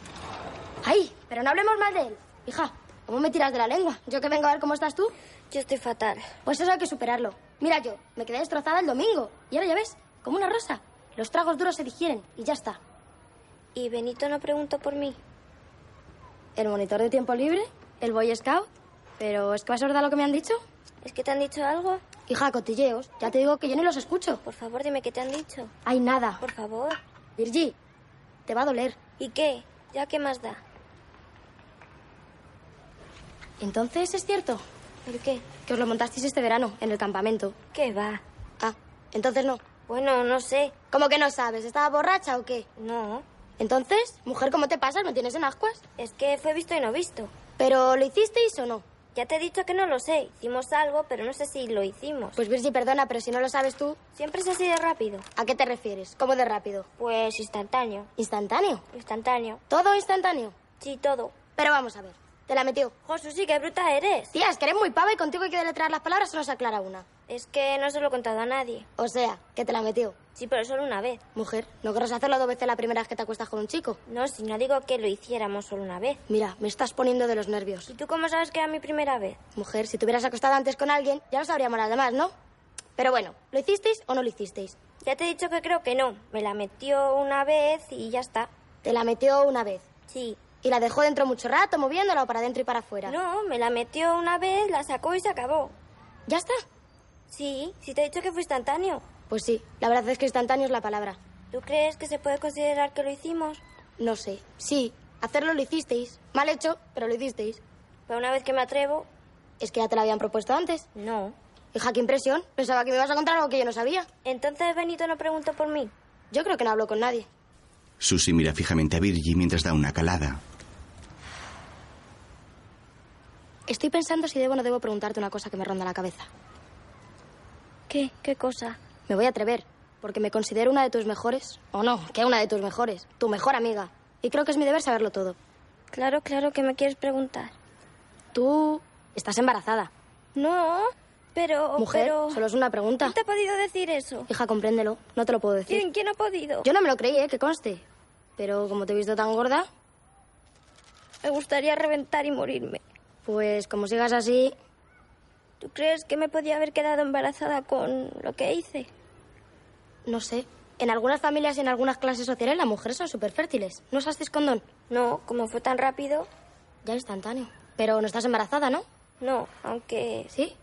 [SPEAKER 13] ¡Ay! Pero no hablemos mal de él. Hija, ¿cómo me tiras de la lengua? Yo que vengo a ver cómo estás tú.
[SPEAKER 14] Yo estoy fatal.
[SPEAKER 13] Pues eso hay que superarlo. Mira yo, me quedé destrozada el domingo. Y ahora ya ves, como una rosa. Los tragos duros se digieren y ya está.
[SPEAKER 14] ¿Y Benito no preguntó por mí?
[SPEAKER 13] El monitor de tiempo libre, el Boy Scout. Pero es que vas a verdad lo que me han dicho.
[SPEAKER 14] ¿Es que te han dicho algo?
[SPEAKER 13] Hija, cotilleos, ya te digo que yo ni los escucho.
[SPEAKER 14] Por favor, dime qué te han dicho.
[SPEAKER 13] Hay nada.
[SPEAKER 14] Por favor.
[SPEAKER 13] Virgi, te va a doler.
[SPEAKER 14] ¿Y qué? ¿Ya qué más da?
[SPEAKER 13] Entonces, ¿es cierto?
[SPEAKER 14] ¿El qué?
[SPEAKER 13] Que os lo montasteis este verano, en el campamento.
[SPEAKER 14] ¿Qué va?
[SPEAKER 13] Ah, entonces no.
[SPEAKER 14] Bueno, no sé.
[SPEAKER 13] ¿Cómo que no sabes? ¿Estaba borracha o qué?
[SPEAKER 14] No.
[SPEAKER 13] Entonces, mujer, ¿cómo te pasas? ¿Me tienes en ascuas?
[SPEAKER 14] Es que fue visto y no visto.
[SPEAKER 13] ¿Pero lo hicisteis o no?
[SPEAKER 14] Ya te he dicho que no lo sé. Hicimos algo, pero no sé si lo hicimos.
[SPEAKER 13] Pues Virgi, perdona, pero si no lo sabes tú,
[SPEAKER 14] Siempre es así de rápido.
[SPEAKER 13] ¿a qué te refieres? ¿Cómo de rápido?
[SPEAKER 14] Pues instantáneo.
[SPEAKER 13] ¿Instantáneo?
[SPEAKER 14] Instantáneo.
[SPEAKER 13] ¿Todo instantáneo?
[SPEAKER 14] Sí, todo.
[SPEAKER 13] Pero vamos a ver, te la metió.
[SPEAKER 14] Josu, sí, qué bruta eres.
[SPEAKER 13] Tía, es que eres muy pava y contigo hay que deletrear las palabras o no se aclara una.
[SPEAKER 14] Es que no se lo he contado a nadie.
[SPEAKER 13] O sea, que te la metió.
[SPEAKER 14] Sí, pero solo una vez.
[SPEAKER 13] Mujer, no querrás hacerlo dos veces la primera vez que te acuestas con un chico.
[SPEAKER 14] No, si no digo que lo hiciéramos solo una vez.
[SPEAKER 13] Mira, me estás poniendo de los nervios.
[SPEAKER 14] ¿Y tú cómo sabes que era mi primera vez?
[SPEAKER 13] Mujer, si te hubieras acostado antes con alguien, ya lo sabríamos las demás, ¿no? Pero bueno, ¿lo hicisteis o no lo hicisteis?
[SPEAKER 14] Ya te he dicho que creo que no. Me la metió una vez y ya está.
[SPEAKER 13] Te la metió una vez.
[SPEAKER 14] Sí.
[SPEAKER 13] Y la dejó dentro mucho rato, moviéndola o para adentro y para afuera.
[SPEAKER 14] No, me la metió una vez, la sacó y se acabó.
[SPEAKER 13] ¿Ya está?
[SPEAKER 14] Sí, si te he dicho que fue instantáneo.
[SPEAKER 13] Pues sí, la verdad es que instantáneo es la palabra.
[SPEAKER 14] ¿Tú crees que se puede considerar que lo hicimos?
[SPEAKER 13] No sé. Sí, hacerlo lo hicisteis. Mal hecho, pero lo hicisteis.
[SPEAKER 14] Pero una vez que me atrevo,
[SPEAKER 13] Es que ya te lo habían propuesto antes.
[SPEAKER 14] no.
[SPEAKER 13] Hija, qué impresión. Pensaba que me ibas a contar algo que yo no sabía.
[SPEAKER 14] Entonces Benito no preguntó por mí.
[SPEAKER 13] Yo creo que no hablo con nadie.
[SPEAKER 1] Susi mira fijamente a Virgie mientras da una calada.
[SPEAKER 13] Estoy pensando si debo o no debo preguntarte una cosa que me ronda la cabeza.
[SPEAKER 14] ¿Qué? ¿Qué cosa?
[SPEAKER 13] Me voy a atrever, porque me considero una de tus mejores. O no, que una de tus mejores. Tu mejor amiga. Y creo que es mi deber saberlo todo.
[SPEAKER 14] Claro, claro que me quieres preguntar.
[SPEAKER 13] Tú estás embarazada.
[SPEAKER 14] No, pero...
[SPEAKER 13] Mujer,
[SPEAKER 14] pero...
[SPEAKER 13] solo es una pregunta.
[SPEAKER 14] ¿Quién te ha podido decir eso?
[SPEAKER 13] Hija, compréndelo. No te lo puedo decir.
[SPEAKER 14] ¿Quién, quién ha podido?
[SPEAKER 13] Yo no me lo creí, ¿eh? Que conste. Pero como te he visto tan gorda,
[SPEAKER 14] Me gustaría reventar y morirme.
[SPEAKER 13] pues como sigas así,
[SPEAKER 14] ¿Tú crees que me podía haber quedado embarazada con lo que hice?
[SPEAKER 13] no sé. En algunas familias y en algunas clases sociales las mujeres son súper fértiles. ¿No usasteis condón?
[SPEAKER 14] No, como fue tan rápido,
[SPEAKER 13] Ya instantáneo. Pero no estás embarazada, ¿no?
[SPEAKER 14] no, aunque
[SPEAKER 13] ¿Sí?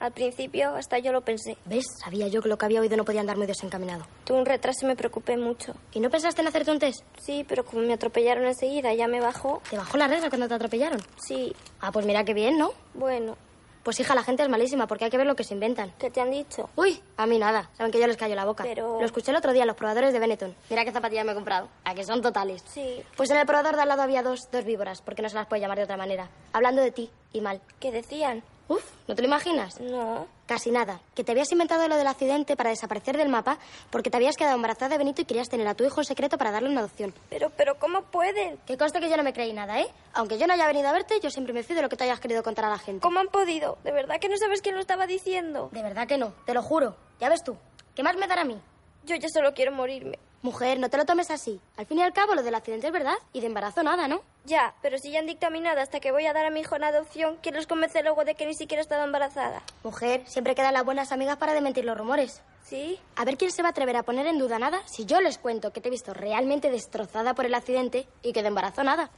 [SPEAKER 14] al principio hasta yo lo pensé.
[SPEAKER 13] ¿Ves? Sabía yo que lo que había oído no podía andar muy desencaminado.
[SPEAKER 14] Tuve un retraso y me preocupé mucho.
[SPEAKER 13] ¿Y no pensaste en hacerte un test?
[SPEAKER 14] Sí, pero como me atropellaron enseguida, ya me bajó.
[SPEAKER 13] ¿Te bajó la regla cuando te atropellaron?
[SPEAKER 14] Sí,
[SPEAKER 13] Ah, pues mira qué bien, ¿no?
[SPEAKER 14] bueno,
[SPEAKER 13] Pues hija, la gente es malísima porque hay que ver lo que se inventan.
[SPEAKER 14] ¿qué te han dicho?
[SPEAKER 13] Uy, a mí nada. Saben que yo les callo la boca.
[SPEAKER 14] Pero-
[SPEAKER 13] Lo escuché el otro día en los probadores de Benetton. Mira qué zapatillas me he comprado. A que son totales.
[SPEAKER 14] Sí.
[SPEAKER 13] Pues en el probador de al lado había dos, dos víboras, porque no se las puede llamar de otra manera. Hablando de ti y mal.
[SPEAKER 14] ¿Qué decían?
[SPEAKER 13] Uf, ¿no te lo imaginas? No. Casi nada. Que te habías inventado lo del accidente para desaparecer del mapa porque te habías quedado embarazada de Benito y querías tener a tu hijo en secreto para darle una adopción.
[SPEAKER 14] Pero, pero, ¿cómo pueden?
[SPEAKER 13] Que conste que yo no me creí nada, ¿eh? Aunque yo no haya venido a verte, yo siempre me fío de lo que te hayas querido contar a la gente.
[SPEAKER 14] ¿Cómo han podido? ¿De verdad que no sabes quién lo estaba diciendo?
[SPEAKER 13] De verdad que no, te lo juro. Ya ves tú. ¿Qué más me dará a mí?
[SPEAKER 14] Yo ya solo quiero morirme.
[SPEAKER 13] Mujer, no te lo tomes así. Al fin y al cabo, lo del accidente es verdad y de embarazo nada, ¿no?
[SPEAKER 14] Ya, pero si ya han dictaminado hasta que voy a dar a mi hijo una adopción, ¿quién los convence luego de que ni siquiera he estado embarazada?
[SPEAKER 13] Mujer, siempre quedan las buenas amigas para dementir los rumores.
[SPEAKER 14] ¿Sí?
[SPEAKER 13] A ver quién se va a atrever a poner en duda nada si yo les cuento que te he visto realmente destrozada por el accidente y que de embarazo nada.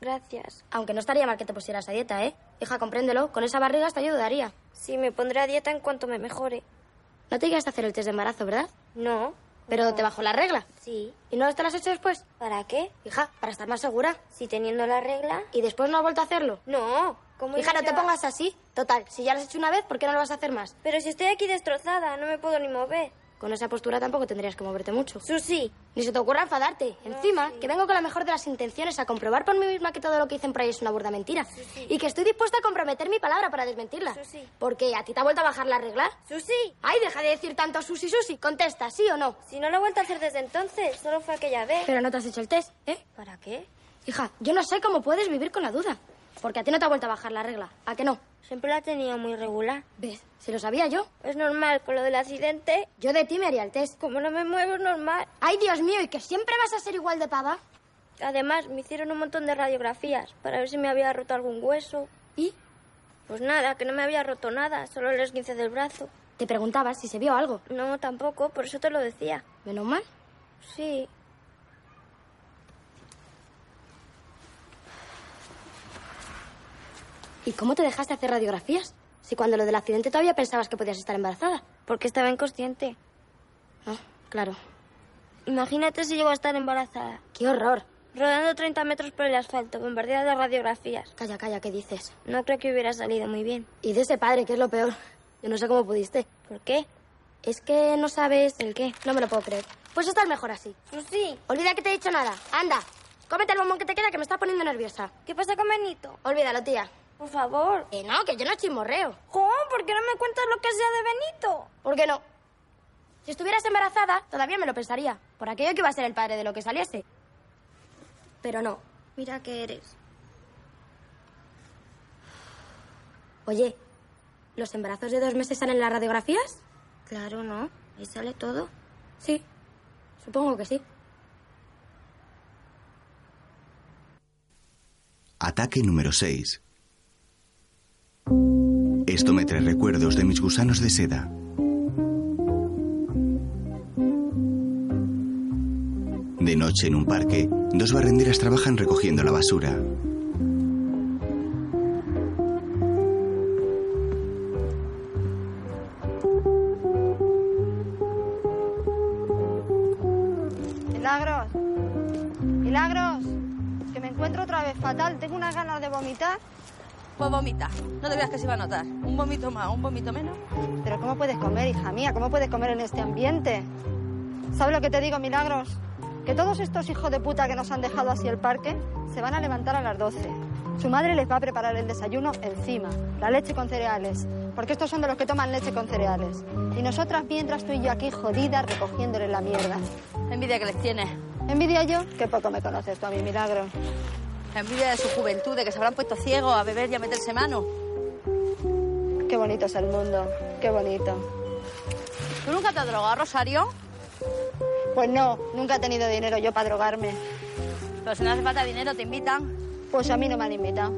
[SPEAKER 14] Gracias.
[SPEAKER 13] Aunque no estaría mal que te pusieras a dieta, ¿eh? Hija, compréndelo, con esa barriga hasta yo dudaría.
[SPEAKER 14] Sí, me pondré a dieta en cuanto me mejore.
[SPEAKER 13] No te llegas a hacer el test de embarazo, ¿verdad?
[SPEAKER 14] No.
[SPEAKER 13] ¿Pero
[SPEAKER 14] no.
[SPEAKER 13] te bajó la regla?
[SPEAKER 14] Sí.
[SPEAKER 13] ¿Y no te lo has hecho después?
[SPEAKER 14] ¿Para qué?
[SPEAKER 13] Hija, para estar más segura.
[SPEAKER 14] Si teniendo la regla.
[SPEAKER 13] ¿Y después no has vuelto a hacerlo?
[SPEAKER 14] No. ¿cómo
[SPEAKER 13] Hija, no te pongas así. Total, si ya lo has hecho una vez, ¿por qué no lo vas a hacer más?
[SPEAKER 14] Pero si estoy aquí destrozada, no me puedo ni mover.
[SPEAKER 13] Con esa postura tampoco tendrías que moverte mucho.
[SPEAKER 14] Susi.
[SPEAKER 13] Ni se te ocurra enfadarte. No, Encima, sí. que vengo con la mejor de las intenciones a comprobar por mí misma que todo lo que dicen por ahí es una burda mentira.
[SPEAKER 14] Susi.
[SPEAKER 13] Y que estoy dispuesta a comprometer mi palabra para desmentirla.
[SPEAKER 14] Susi.
[SPEAKER 13] Porque a ti te ha vuelto a bajar la regla.
[SPEAKER 14] Susi.
[SPEAKER 13] Ay, deja de decir tanto Susi, Susi. Contesta, ¿sí o no?
[SPEAKER 14] Si no lo he vuelto a hacer desde entonces, solo fue aquella vez.
[SPEAKER 13] Pero no te has hecho el test, ¿eh?
[SPEAKER 14] ¿Para qué?
[SPEAKER 13] Hija, yo no sé cómo puedes vivir con la duda. Porque a ti no te ha vuelto a bajar la regla. ¿A que no?
[SPEAKER 14] Siempre la tenía muy regular.
[SPEAKER 13] ¿Ves? Si lo sabía yo.
[SPEAKER 14] Es normal, con lo del accidente.
[SPEAKER 13] Yo de ti me haría el test.
[SPEAKER 14] Como no me muevo, es normal.
[SPEAKER 13] Ay, Dios mío, ¿y que siempre vas a ser igual de pava?
[SPEAKER 14] Además, me hicieron un montón de radiografías para ver si me había roto algún hueso.
[SPEAKER 13] ¿Y?
[SPEAKER 14] Pues nada, que no me había roto nada, solo el esguince del brazo.
[SPEAKER 13] ¿Te preguntabas si se vio algo?
[SPEAKER 14] No, tampoco, por eso te lo decía.
[SPEAKER 13] ¿Menos mal?
[SPEAKER 14] Sí.
[SPEAKER 13] ¿Y cómo te dejaste hacer radiografías? Si cuando lo del accidente todavía pensabas que podías estar embarazada.
[SPEAKER 14] Porque estaba inconsciente.
[SPEAKER 13] Ah, claro.
[SPEAKER 14] Imagínate si llego a estar embarazada.
[SPEAKER 13] ¡Qué horror!
[SPEAKER 14] Rodando 30 metros por el asfalto, bombardeada de radiografías.
[SPEAKER 13] Calla, calla, ¿qué dices?
[SPEAKER 14] No creo que hubiera salido muy bien.
[SPEAKER 13] ¿Y de ese padre, que es lo peor? Yo no sé cómo pudiste.
[SPEAKER 14] ¿Por qué?
[SPEAKER 13] Es que no sabes...
[SPEAKER 14] ¿El qué?
[SPEAKER 13] No me lo puedo creer. Pues estás mejor así.
[SPEAKER 14] ¡Susi!
[SPEAKER 13] Olvida que te he dicho nada. Anda, cómete el bombón que te queda que me está poniendo nerviosa.
[SPEAKER 14] ¿Qué pasa con Benito?
[SPEAKER 13] Olvídalo, tía.
[SPEAKER 14] Por favor.
[SPEAKER 13] Que no, que yo no chimorreo.
[SPEAKER 14] Jo, ¿por qué no me cuentas lo que sea de Benito?
[SPEAKER 13] ¿Por qué no? Si estuvieras embarazada, todavía me lo pensaría. Por aquello que iba a ser el padre de lo que saliese. Pero no.
[SPEAKER 14] Mira que eres.
[SPEAKER 13] Oye, ¿los embarazos de dos meses salen en las radiografías?
[SPEAKER 14] Claro, ¿no? Ahí sale todo.
[SPEAKER 13] Sí, supongo que sí.
[SPEAKER 1] Ataque número 6. Esto me trae recuerdos de mis gusanos de seda. De noche en un parque, dos barrenderas trabajan recogiendo la basura.
[SPEAKER 15] Milagros, milagros, que me encuentro otra vez fatal, tengo unas ganas de vomitar.
[SPEAKER 16] Pues vomita. No te veas que se va a notar. Un vómito más, un vómito menos.
[SPEAKER 15] Pero ¿cómo puedes comer, hija mía? ¿Cómo puedes comer en este ambiente? ¿Sabes lo que te digo, Milagros? Que todos estos hijos de puta que nos han dejado así el parque se van a levantar a las 12. Su madre les va a preparar el desayuno encima, la leche con cereales, porque estos son de los que toman leche con cereales. Y nosotras mientras tú y yo aquí jodidas recogiéndoles la mierda.
[SPEAKER 16] Envidia que les tienes.
[SPEAKER 15] Envidia yo, que poco me conoces tú a mí, Milagros.
[SPEAKER 16] La envidia de su juventud, de que se habrán puesto ciegos a beber y a meterse mano.
[SPEAKER 15] Qué bonito es el mundo, qué bonito.
[SPEAKER 16] ¿Tú nunca te has drogado, Rosario?
[SPEAKER 15] Pues no, nunca he tenido dinero yo para drogarme.
[SPEAKER 16] Pero si no hace falta dinero, te invitan.
[SPEAKER 15] Pues a mí no me han invitado.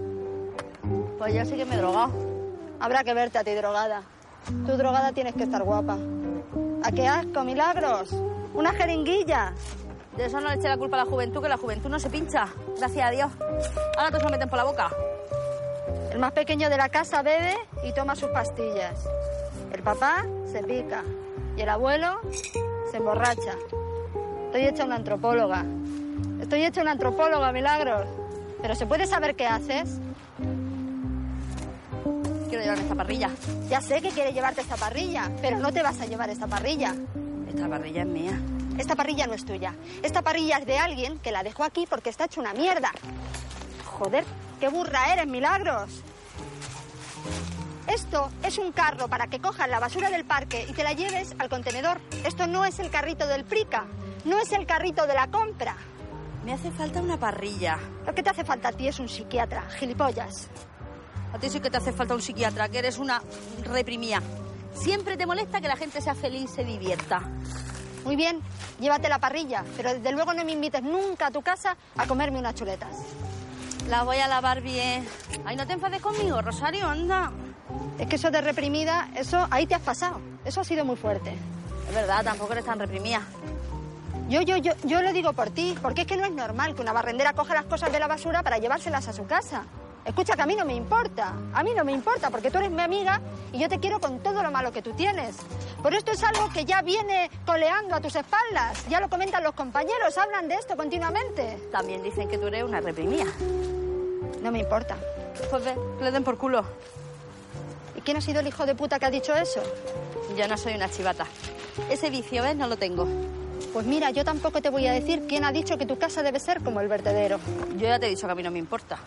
[SPEAKER 16] Pues yo sí que me he drogado.
[SPEAKER 15] Habrá que verte a ti drogada. Tú drogada tienes que estar guapa. ¿A qué asco, milagros? ¿Una jeringuilla?
[SPEAKER 16] De eso no le eché la culpa a la juventud, que la juventud no se pincha. Gracias a Dios. Ahora todos lo meten por la boca.
[SPEAKER 15] El más pequeño de la casa bebe y toma sus pastillas. El papá se pica y el abuelo se emborracha. Estoy hecha una antropóloga. Estoy hecha una antropóloga, milagros. Pero ¿se puede saber qué haces?
[SPEAKER 16] Quiero llevarme esta parrilla.
[SPEAKER 15] Ya sé que quieres llevarte esta parrilla, pero no te vas a llevar esta parrilla.
[SPEAKER 16] Esta parrilla es mía.
[SPEAKER 15] Esta parrilla no es tuya. Esta parrilla es de alguien que la dejó aquí porque está hecha una mierda. Joder, qué burra eres, milagros. Esto es un carro para que cojas la basura del parque y te la lleves al contenedor. Esto no es el carrito del prica, no es el carrito de la compra.
[SPEAKER 16] Me hace falta una parrilla.
[SPEAKER 15] Lo que te hace falta a ti es un psiquiatra, gilipollas.
[SPEAKER 16] A ti sí que te hace falta un psiquiatra, que eres una reprimía. Siempre te molesta que la gente sea feliz y se divierta.
[SPEAKER 15] Muy bien, llévate la parrilla, pero desde luego no me invites nunca a tu casa a comerme unas chuletas.
[SPEAKER 16] Las voy a lavar bien. Ay, no te enfades conmigo, Rosario, anda.
[SPEAKER 15] Es que eso de reprimida, eso ahí te has pasado. Eso ha sido muy fuerte.
[SPEAKER 16] Es verdad, tampoco eres tan reprimida.
[SPEAKER 15] Yo, yo, yo, yo lo digo por ti, porque es que no es normal que una barrendera coja las cosas de la basura para llevárselas a su casa. Escucha, que a mí no me importa. A mí no me importa, porque tú eres mi amiga y yo te quiero con todo lo malo que tú tienes. Pero esto es algo que ya viene coleando a tus espaldas. Ya lo comentan los compañeros, hablan de esto continuamente.
[SPEAKER 16] También dicen que tú eres una reprimida.
[SPEAKER 15] No me importa.
[SPEAKER 16] Pues ve, le den por culo.
[SPEAKER 15] ¿Y quién ha sido el hijo de puta que ha dicho eso?
[SPEAKER 16] Yo no soy una chivata. Ese vicio, ¿ves? No lo tengo.
[SPEAKER 15] Pues mira, yo tampoco te voy a decir quién ha dicho que tu casa debe ser como el vertedero.
[SPEAKER 16] Yo ya te he dicho que a mí no me importa.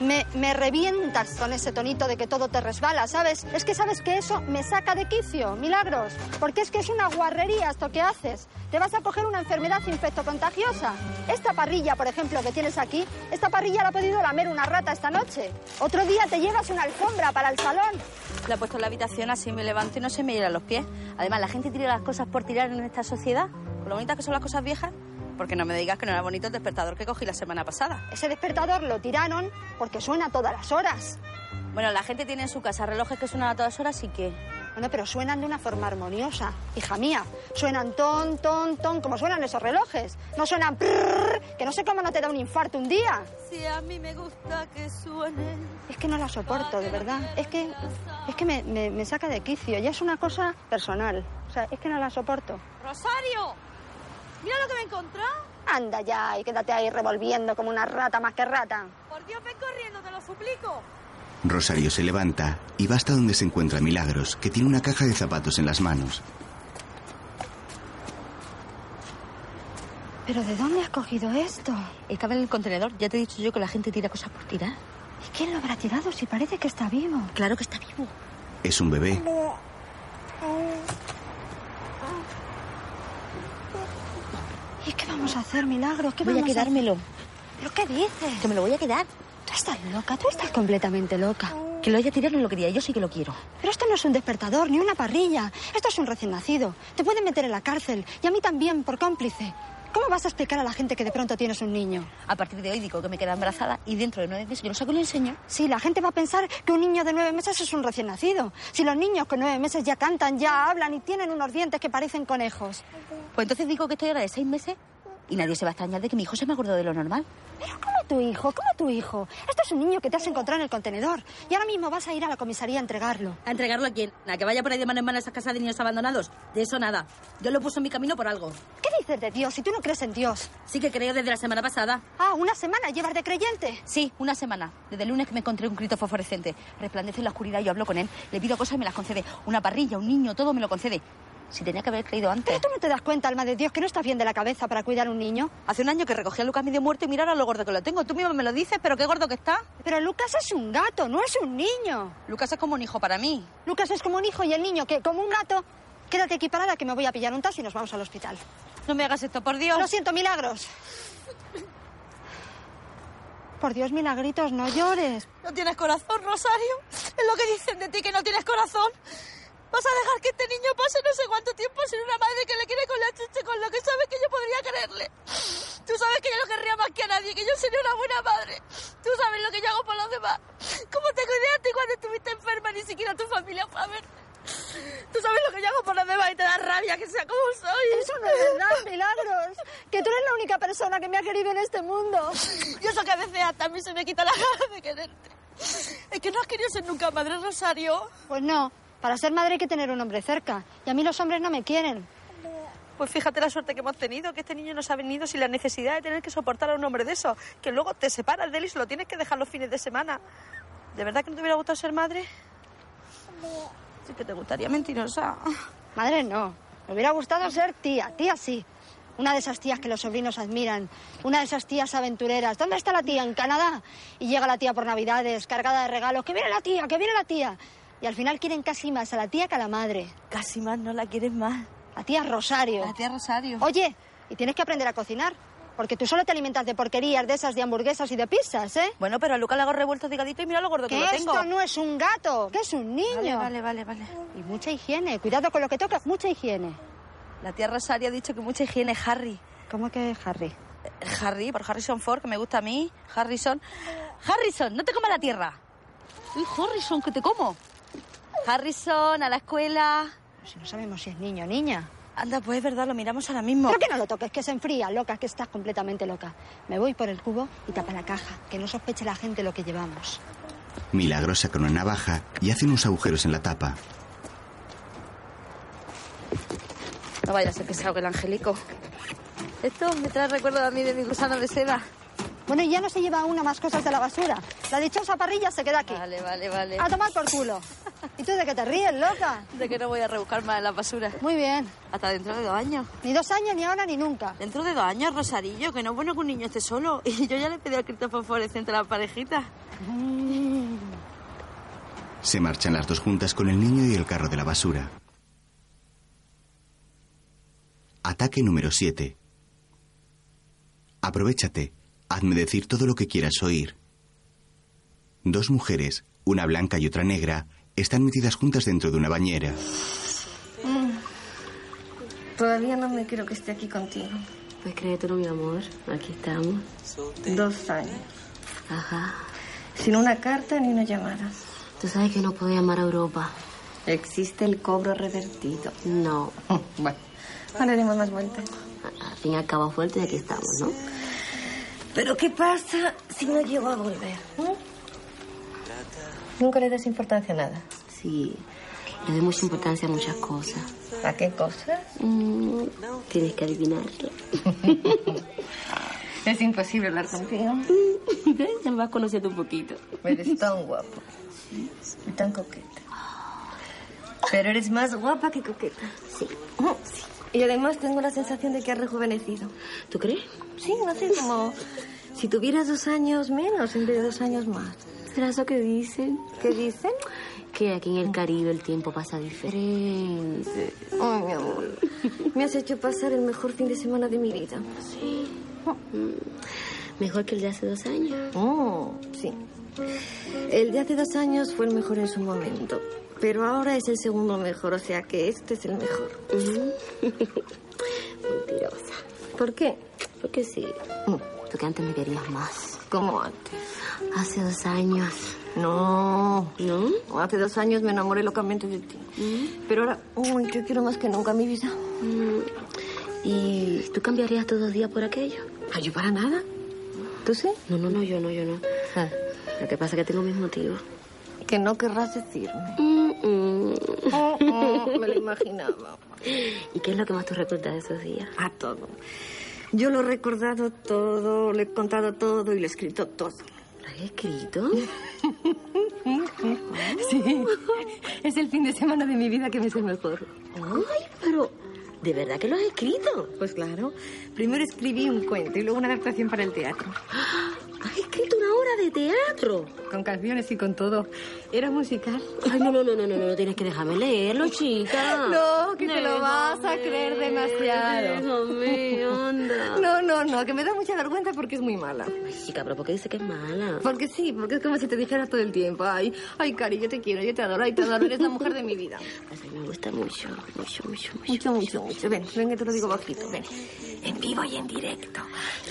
[SPEAKER 15] Me, me, revientas con ese tonito de que todo te resbala, ¿sabes? Es que sabes que eso me saca de quicio, milagros. Porque es que es una guarrería esto que haces. Te vas a coger una enfermedad infectocontagiosa. Esta parrilla, por ejemplo, que tienes aquí, esta parrilla la ha podido lamer una rata esta noche. Otro día te llevas una alfombra para el salón.
[SPEAKER 16] La he puesto en la habitación, así me levanto y no se me hiela los pies. Además, la gente tira las cosas por tirar en esta sociedad. Con lo bonita que son las cosas viejas, porque no me digas que no era bonito el despertador que cogí la semana pasada.
[SPEAKER 15] Ese despertador lo tiraron porque suena a todas las horas.
[SPEAKER 16] Bueno, la gente tiene en su casa relojes que suenan a todas horas y que...
[SPEAKER 15] Bueno, pero suenan de una forma armoniosa, hija mía. Suenan ton, ton, ton, como suenan esos relojes. No suenan prrr, que no sé cómo no te da un infarto un día.
[SPEAKER 16] Si a mí me gusta que suene...
[SPEAKER 15] Es que no la soporto, de verdad. Es que, es que me, me, me saca de quicio. Ya es una cosa personal. O sea, es que no la soporto.
[SPEAKER 16] ¡Rosario! Mira lo que me he encontrado.
[SPEAKER 15] Anda ya y quédate ahí revolviendo como una rata más que rata.
[SPEAKER 16] Por Dios, ven corriendo, te lo suplico.
[SPEAKER 1] Rosario se levanta y va hasta donde se encuentra Milagros, que tiene una caja de zapatos en las manos.
[SPEAKER 15] ¿Pero de dónde has cogido esto?
[SPEAKER 16] Estaba en el contenedor. Ya te he dicho yo que la gente tira cosas por tirar.
[SPEAKER 15] ¿Y quién lo habrá tirado si parece que está vivo?
[SPEAKER 16] Claro que está vivo.
[SPEAKER 1] Es un bebé.
[SPEAKER 15] ¿Y qué vamos a hacer, Milagros? ¿Qué
[SPEAKER 16] voy
[SPEAKER 15] vamos
[SPEAKER 16] a quedármelo.
[SPEAKER 15] A... ¿Pero qué dices?
[SPEAKER 16] Que me lo voy a quedar.
[SPEAKER 15] Tú estás loca, tú estás completamente loca.
[SPEAKER 16] Que lo haya tirado no lo quería, yo sí que lo quiero.
[SPEAKER 15] Pero esto no es un despertador ni una parrilla. Esto es un recién nacido. Te pueden meter en la cárcel y a mí también por cómplice. ¿Cómo vas a explicar a la gente que de pronto tienes un niño?
[SPEAKER 16] A partir de hoy digo que me queda embarazada y dentro de nueve meses yo lo saco y lo enseño.
[SPEAKER 15] Sí, la gente va a pensar que un niño de nueve meses es un recién nacido. Si los niños con nueve meses ya cantan, ya hablan y tienen unos dientes que parecen conejos.
[SPEAKER 16] Pues entonces digo que estoy ahora de seis meses y nadie se va a extrañar de que mi hijo se me acordó de lo normal.
[SPEAKER 15] Pero ¿cómo tu hijo? ¿Cómo tu hijo? Esto es un niño que te has encontrado en el contenedor y ahora mismo vas a ir a la comisaría a entregarlo.
[SPEAKER 16] ¿A entregarlo a quién? ¿A que vaya por ahí de mano en mano a esas casas de niños abandonados? De eso nada. Yo lo puse en mi camino por algo.
[SPEAKER 15] ¿Qué dices de Dios si tú no crees en Dios?
[SPEAKER 16] Sí que creo desde la semana pasada.
[SPEAKER 15] Ah, ¿una semana llevas de creyente?
[SPEAKER 16] Sí, una semana. Desde el lunes que me encontré un grito fosforescente. Resplandece en la oscuridad, yo hablo con él, le pido cosas y me las concede. Una parrilla, un niño, todo me lo concede. Si tenía que haber creído antes.
[SPEAKER 15] Pero tú no te das cuenta, alma de Dios, que no estás bien de la cabeza para cuidar a un niño.
[SPEAKER 16] Hace un año que recogí a Lucas medio muerto y mirar a lo gordo que lo tengo. Tú mismo me lo dices, pero qué gordo que está.
[SPEAKER 15] Pero Lucas es un gato, no es un niño.
[SPEAKER 16] Lucas es como un hijo para mí.
[SPEAKER 15] Lucas es como un hijo y el niño que, como un gato. Quédate aquí parada que me voy a pillar un taxi y nos vamos al hospital.
[SPEAKER 16] No me hagas esto, por Dios.
[SPEAKER 15] Lo siento, milagros. Por Dios, milagritos, no llores.
[SPEAKER 16] No tienes corazón, Rosario. Es lo que dicen de ti, que no tienes corazón. ¿Vas a dejar que este niño pase no sé cuánto tiempo sin una madre que le quiere con la chuche, con lo que sabe que yo podría quererle? Tú sabes que yo lo querría más que a nadie, que yo sería una buena madre. Tú sabes lo que yo hago por los demás. ¿Cómo te cuidé a ti cuando estuviste enferma? Ni siquiera tu familia fue a verte. Tú sabes lo que yo hago por los demás y te da rabia que sea como soy.
[SPEAKER 15] Eso no es verdad, Milagros. Que tú eres la única persona que me ha querido en este mundo.
[SPEAKER 16] Yo eso que a veces hasta a mí se me quita la gana de quererte. Es que no has querido ser nunca madre, Rosario.
[SPEAKER 15] Pues no. Para ser madre hay que tener un hombre cerca. Y a mí los hombres no me quieren.
[SPEAKER 16] Pues fíjate la suerte que hemos tenido, que este niño nos ha venido sin la necesidad de tener que soportar a un hombre de eso, que luego te separas de él y se lo tienes que dejar los fines de semana. ¿De verdad que no te hubiera gustado ser madre?
[SPEAKER 15] Sí que te gustaría mentirosa. Madre no. Me hubiera gustado ser tía, tía sí. Una de esas tías que los sobrinos admiran. Una de esas tías aventureras. ¿Dónde está la tía? ¿En Canadá? Y llega la tía por Navidades, cargada de regalos. ¡Que viene la tía! ¡Que viene la tía! Y al final quieren casi más a la tía que a la madre.
[SPEAKER 16] Casi más, no la quieren más.
[SPEAKER 15] La tía Rosario.
[SPEAKER 16] La tía Rosario.
[SPEAKER 15] Oye, y tienes que aprender a cocinar. Porque tú solo te alimentas de porquerías de esas, de hamburguesas y de pizzas, ¿eh?
[SPEAKER 16] Bueno, pero a Luca le hago revueltos de gadito y mira lo gordo que,
[SPEAKER 15] Que
[SPEAKER 16] lo tengo.
[SPEAKER 15] esto no es un gato, que es un niño.
[SPEAKER 16] Vale, vale, vale, vale.
[SPEAKER 15] Y mucha higiene. Cuidado con lo que tocas, mucha higiene.
[SPEAKER 16] La tía Rosario ha dicho que mucha higiene, Harry. Eh,
[SPEAKER 15] ¿Cómo que Harry?
[SPEAKER 16] Harry, por Harrison Ford, que me gusta a mí. Harrison. Harrison, no te comas la tierra. Uy, Harrison, que te como. Harrison, a la escuela.
[SPEAKER 15] Si no sabemos si es niño o niña.
[SPEAKER 16] Anda, pues, verdad, lo miramos ahora mismo.
[SPEAKER 15] ¿Por qué no lo toques? Que se enfría, loca, que estás completamente loca. Me voy por el cubo y tapa la caja, que no sospeche la gente lo que llevamos.
[SPEAKER 1] Milagro saca una navaja y hace unos agujeros en la tapa.
[SPEAKER 16] No vaya a ser pesado que el angelico. Esto me trae recuerdo a mí de mi gusano de seda.
[SPEAKER 15] Bueno, y ya no se lleva una más cosas de la basura. La dichosa parrilla se queda aquí.
[SPEAKER 16] Vale, vale, vale.
[SPEAKER 15] A tomar por culo. ¿Y tú de qué te ríes, loca?
[SPEAKER 16] De que no voy a rebuscar más en la basura.
[SPEAKER 15] Muy bien.
[SPEAKER 16] Hasta dentro de dos años.
[SPEAKER 15] Ni dos años, ni ahora, ni nunca.
[SPEAKER 16] Dentro de dos años, Rosarillo, que no es bueno que un niño esté solo. Y yo ya le pedí al Cristóbal fosforescente a la parejita.
[SPEAKER 3] Mm.
[SPEAKER 1] Se marchan las dos juntas con el niño y el carro de la basura. Ataque número 7. Aprovechate. Hazme decir todo lo que quieras oír. Dos mujeres, una blanca y otra negra, están metidas juntas dentro de una bañera.
[SPEAKER 17] Mm. Todavía no me creo que esté aquí contigo.
[SPEAKER 11] Pues créetelo, mi amor. Aquí estamos.
[SPEAKER 17] Dos años.
[SPEAKER 11] Ajá.
[SPEAKER 17] Sin una carta ni una llamada.
[SPEAKER 11] Tú sabes que no puedo llamar a Europa. Existe el cobro revertido. No.
[SPEAKER 17] Oh,
[SPEAKER 11] bueno.
[SPEAKER 17] Ahora haremos más vueltas.
[SPEAKER 11] Al fin y al cabo fuerte y aquí estamos, ¿no?
[SPEAKER 17] Pero ¿qué pasa si no llego a volver? ¿eh? Nunca le das importancia a nada.
[SPEAKER 11] Sí. Le doy mucha importancia a muchas cosas.
[SPEAKER 17] ¿A qué cosa?
[SPEAKER 11] Mm, tienes que adivinarlo.
[SPEAKER 17] Es imposible hablar contigo.
[SPEAKER 11] ya me vas conociendo un poquito.
[SPEAKER 17] Eres tan guapo. Y tan coqueta. Pero eres más guapa que coqueta. Sí. sí. Y además tengo la sensación de que has rejuvenecido.
[SPEAKER 11] ¿Tú crees?
[SPEAKER 17] Sí, no sé, como si tuvieras dos años menos en vez de dos años más.
[SPEAKER 11] ¿Será eso que dicen?
[SPEAKER 17] ¿Qué dicen?
[SPEAKER 11] Que aquí en el Caribe el tiempo pasa diferente.
[SPEAKER 17] Ay, mi amor. Me has hecho pasar el mejor fin de semana de mi vida. Oh, mm. Sí.
[SPEAKER 11] Mejor que el de hace dos años.
[SPEAKER 17] Oh, sí. El de hace dos años fue el mejor en su momento. Pero ahora es el segundo mejor, o sea que este es el mejor.
[SPEAKER 11] Mentirosa.
[SPEAKER 17] ¿Por qué?
[SPEAKER 11] Porque sí. Porque antes me querías más.
[SPEAKER 17] Como antes.
[SPEAKER 11] Hace dos años.
[SPEAKER 17] No. ¿No? Hace dos años me enamoré locamente de ti.
[SPEAKER 11] ¿Mm?
[SPEAKER 17] Pero ahora, uy, yo quiero más que nunca mi vida.
[SPEAKER 11] ¿Y tú cambiarías todos los días por aquello?
[SPEAKER 17] Ay, Ah, yo para nada. ¿Tú sí? Ah.
[SPEAKER 11] No, no, no, yo no, yo no. Lo que pasa es que tengo mis motivos.
[SPEAKER 17] Que no querrás decirme. Oh, oh, me lo imaginaba.
[SPEAKER 11] ¿Y qué es lo que más tú recuerdas de esos días?
[SPEAKER 17] A todo. Yo lo he recordado todo, lo he contado todo y lo he escrito todo.
[SPEAKER 11] ¿Lo has escrito?
[SPEAKER 17] Sí. Es el fin de semana de mi vida que me es el mejor.
[SPEAKER 11] Ay, pero ¿de verdad que lo has escrito?
[SPEAKER 17] Pues claro. Primero escribí un cuento y luego una adaptación para el teatro.
[SPEAKER 11] ¿Has escrito una obra de teatro?
[SPEAKER 17] Con canciones y con todo. Era musical.
[SPEAKER 11] Ay, no, no, no, no, no, no, no tienes que dejarme leerlo, chica.
[SPEAKER 17] No, que te lo vas a creer demasiado.
[SPEAKER 11] Déjame, anda.
[SPEAKER 17] No, no, no, que me da mucha vergüenza porque es muy mala.
[SPEAKER 11] Ay, chica, pero ¿por qué dice que es mala?
[SPEAKER 17] Porque sí, porque es como si te dijera todo el tiempo, ay, ay, cari, yo te quiero, yo te adoro, ay, te adoro, eres la mujer de mi vida.
[SPEAKER 11] Pues a mí me gusta mucho, mucho, mucho, mucho.
[SPEAKER 17] Mucho, mucho, mucho. Ven, ven que te lo digo bajito, ven.
[SPEAKER 11] En vivo y en directo.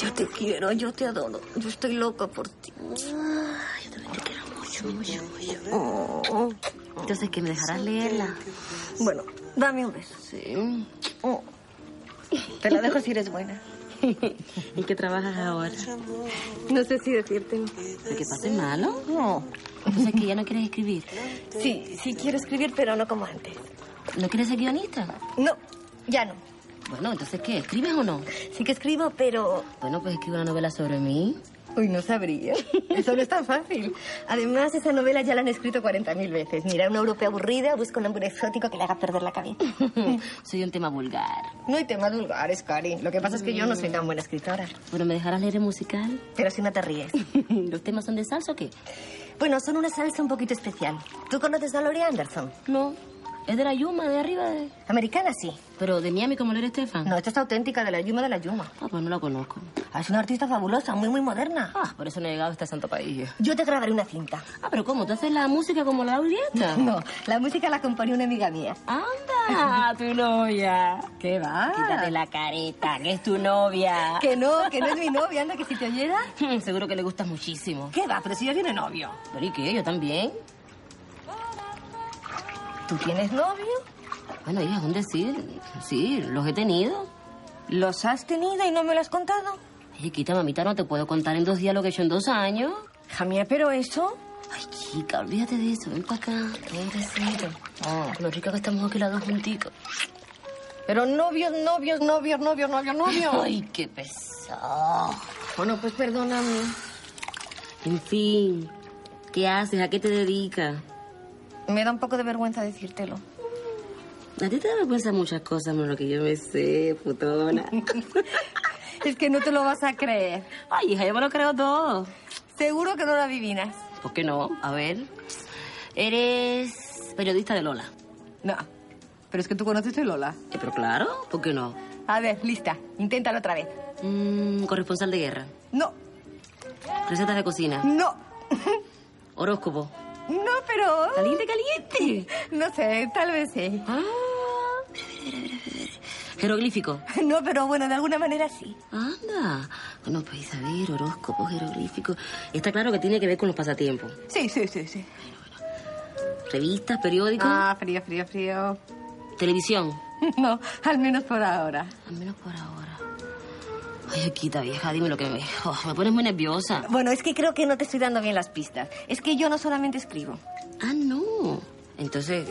[SPEAKER 17] Yo te quiero, yo te adoro, yo estoy loca por ti.
[SPEAKER 11] Ay, yo también te quiero mucho, mucho, mucho. Entonces, ¿que me dejarás leerla?
[SPEAKER 17] Oh. Bueno, dame un beso. Sí. Te la dejo si eres buena.
[SPEAKER 11] ¿Y qué trabajas ahora?
[SPEAKER 17] No sé si decírtelo.
[SPEAKER 11] ¿De qué pasa malo?
[SPEAKER 17] No.
[SPEAKER 11] Entonces, ¿que ya no quieres escribir?
[SPEAKER 17] Sí, sí quiero escribir, pero no como antes.
[SPEAKER 11] ¿No quieres ser guionista?
[SPEAKER 17] No, ya no.
[SPEAKER 11] Bueno, entonces, ¿qué? ¿Escribes o no?
[SPEAKER 17] Sí que escribo, pero
[SPEAKER 11] Bueno, pues escribe una novela sobre mí.
[SPEAKER 17] Uy, no sabría. Eso no es tan fácil. Además, esa novela ya la han escrito 40.000 veces. Mira, una europea aburrida busca un hombre exótico que le haga perder la cabeza.
[SPEAKER 11] Soy un tema vulgar.
[SPEAKER 17] No hay temas vulgares, Cari. Lo que pasa es que yo no soy tan buena escritora.
[SPEAKER 11] Bueno, ¿me dejarás leer el musical?
[SPEAKER 17] Pero si no te ríes.
[SPEAKER 11] ¿Los temas son de salsa o qué?
[SPEAKER 17] Bueno, son una salsa un poquito especial. ¿Tú conoces a Lori Anderson?
[SPEAKER 11] No. ¿Es de la Yuma, de arriba? De...
[SPEAKER 17] Americana, sí.
[SPEAKER 11] Pero de Miami, como lo eres, Estefan.
[SPEAKER 17] No, esta es auténtica, de la Yuma, de la Yuma.
[SPEAKER 11] Ah, pues no la conozco.
[SPEAKER 17] Ah, Es una artista fabulosa, muy, muy moderna.
[SPEAKER 11] Ah, por eso no he llegado a este santo país.
[SPEAKER 17] Yo te grabaré una cinta.
[SPEAKER 11] Ah, pero ¿cómo? ¿Tú haces la música como la Julieta? Ah.
[SPEAKER 17] No, la música la compone una amiga mía.
[SPEAKER 11] ¡Anda! ¡Tu novia! ¿Qué va? Quítate la careta, que es tu novia.
[SPEAKER 17] Que no, que no es mi novia, anda, que si te oyera.
[SPEAKER 11] Hmm, Seguro que le gustas muchísimo.
[SPEAKER 17] ¿Qué va? Pero si ya tiene novio.
[SPEAKER 11] ¿Pero y qué? Yo también.
[SPEAKER 17] ¿Tú tienes novio?
[SPEAKER 11] Bueno, hija, es un decir. Sí, los he tenido.
[SPEAKER 17] ¿Los has tenido y no me lo has contado?
[SPEAKER 11] Chiquita, mamita, no te puedo contar en dos días lo que he hecho en dos años.
[SPEAKER 17] Jamía, pero eso.
[SPEAKER 11] Ay, chica, olvídate de eso. Ven para acá. Toma un besito.
[SPEAKER 17] Ah.
[SPEAKER 11] Con Lo rico que estamos aquí las dos juntitos.
[SPEAKER 17] Pero novios, novios, novios, novios, novios, novios.
[SPEAKER 11] Ay, qué pesado.
[SPEAKER 17] Bueno, pues perdóname.
[SPEAKER 11] En fin, ¿qué haces? ¿A qué te dedicas?
[SPEAKER 17] Me da un poco de vergüenza decírtelo.
[SPEAKER 11] A ti te da vergüenza muchas cosas, menos lo que yo me sé, putona.
[SPEAKER 17] Es que no te lo vas a creer.
[SPEAKER 11] Ay, hija, yo me lo creo todo.
[SPEAKER 17] Seguro que no lo adivinas.
[SPEAKER 11] ¿Por qué no? A ver. Eres periodista de Lola.
[SPEAKER 17] No. Pero es que tú conoces a Lola.
[SPEAKER 11] Eh, pero claro, ¿por qué no?
[SPEAKER 17] A ver, lista. Inténtalo otra vez.
[SPEAKER 11] Mm, corresponsal de guerra.
[SPEAKER 17] No,
[SPEAKER 11] Recetas de cocina.
[SPEAKER 17] no,
[SPEAKER 11] Horóscopo.
[SPEAKER 17] no, pero.
[SPEAKER 11] Caliente, caliente. Ah.
[SPEAKER 17] No sé, tal vez sí.
[SPEAKER 11] Jeroglífico.
[SPEAKER 17] No, pero bueno, de alguna manera sí.
[SPEAKER 11] Anda. Bueno, pues a ver, horóscopo, jeroglífico. Está claro que tiene que ver con los pasatiempos.
[SPEAKER 17] Sí, sí, sí, sí.
[SPEAKER 11] Revistas, periódicos,
[SPEAKER 17] Ah, frío, frío, frío.
[SPEAKER 11] televisión.
[SPEAKER 17] No, al menos por ahora.
[SPEAKER 11] Al menos por ahora. Ay, quita vieja, dime lo que me... Oh, me pones muy nerviosa.
[SPEAKER 17] Bueno, es que creo que no te estoy dando bien las pistas. Es que yo no solamente escribo.
[SPEAKER 11] Ah, no. Entonces,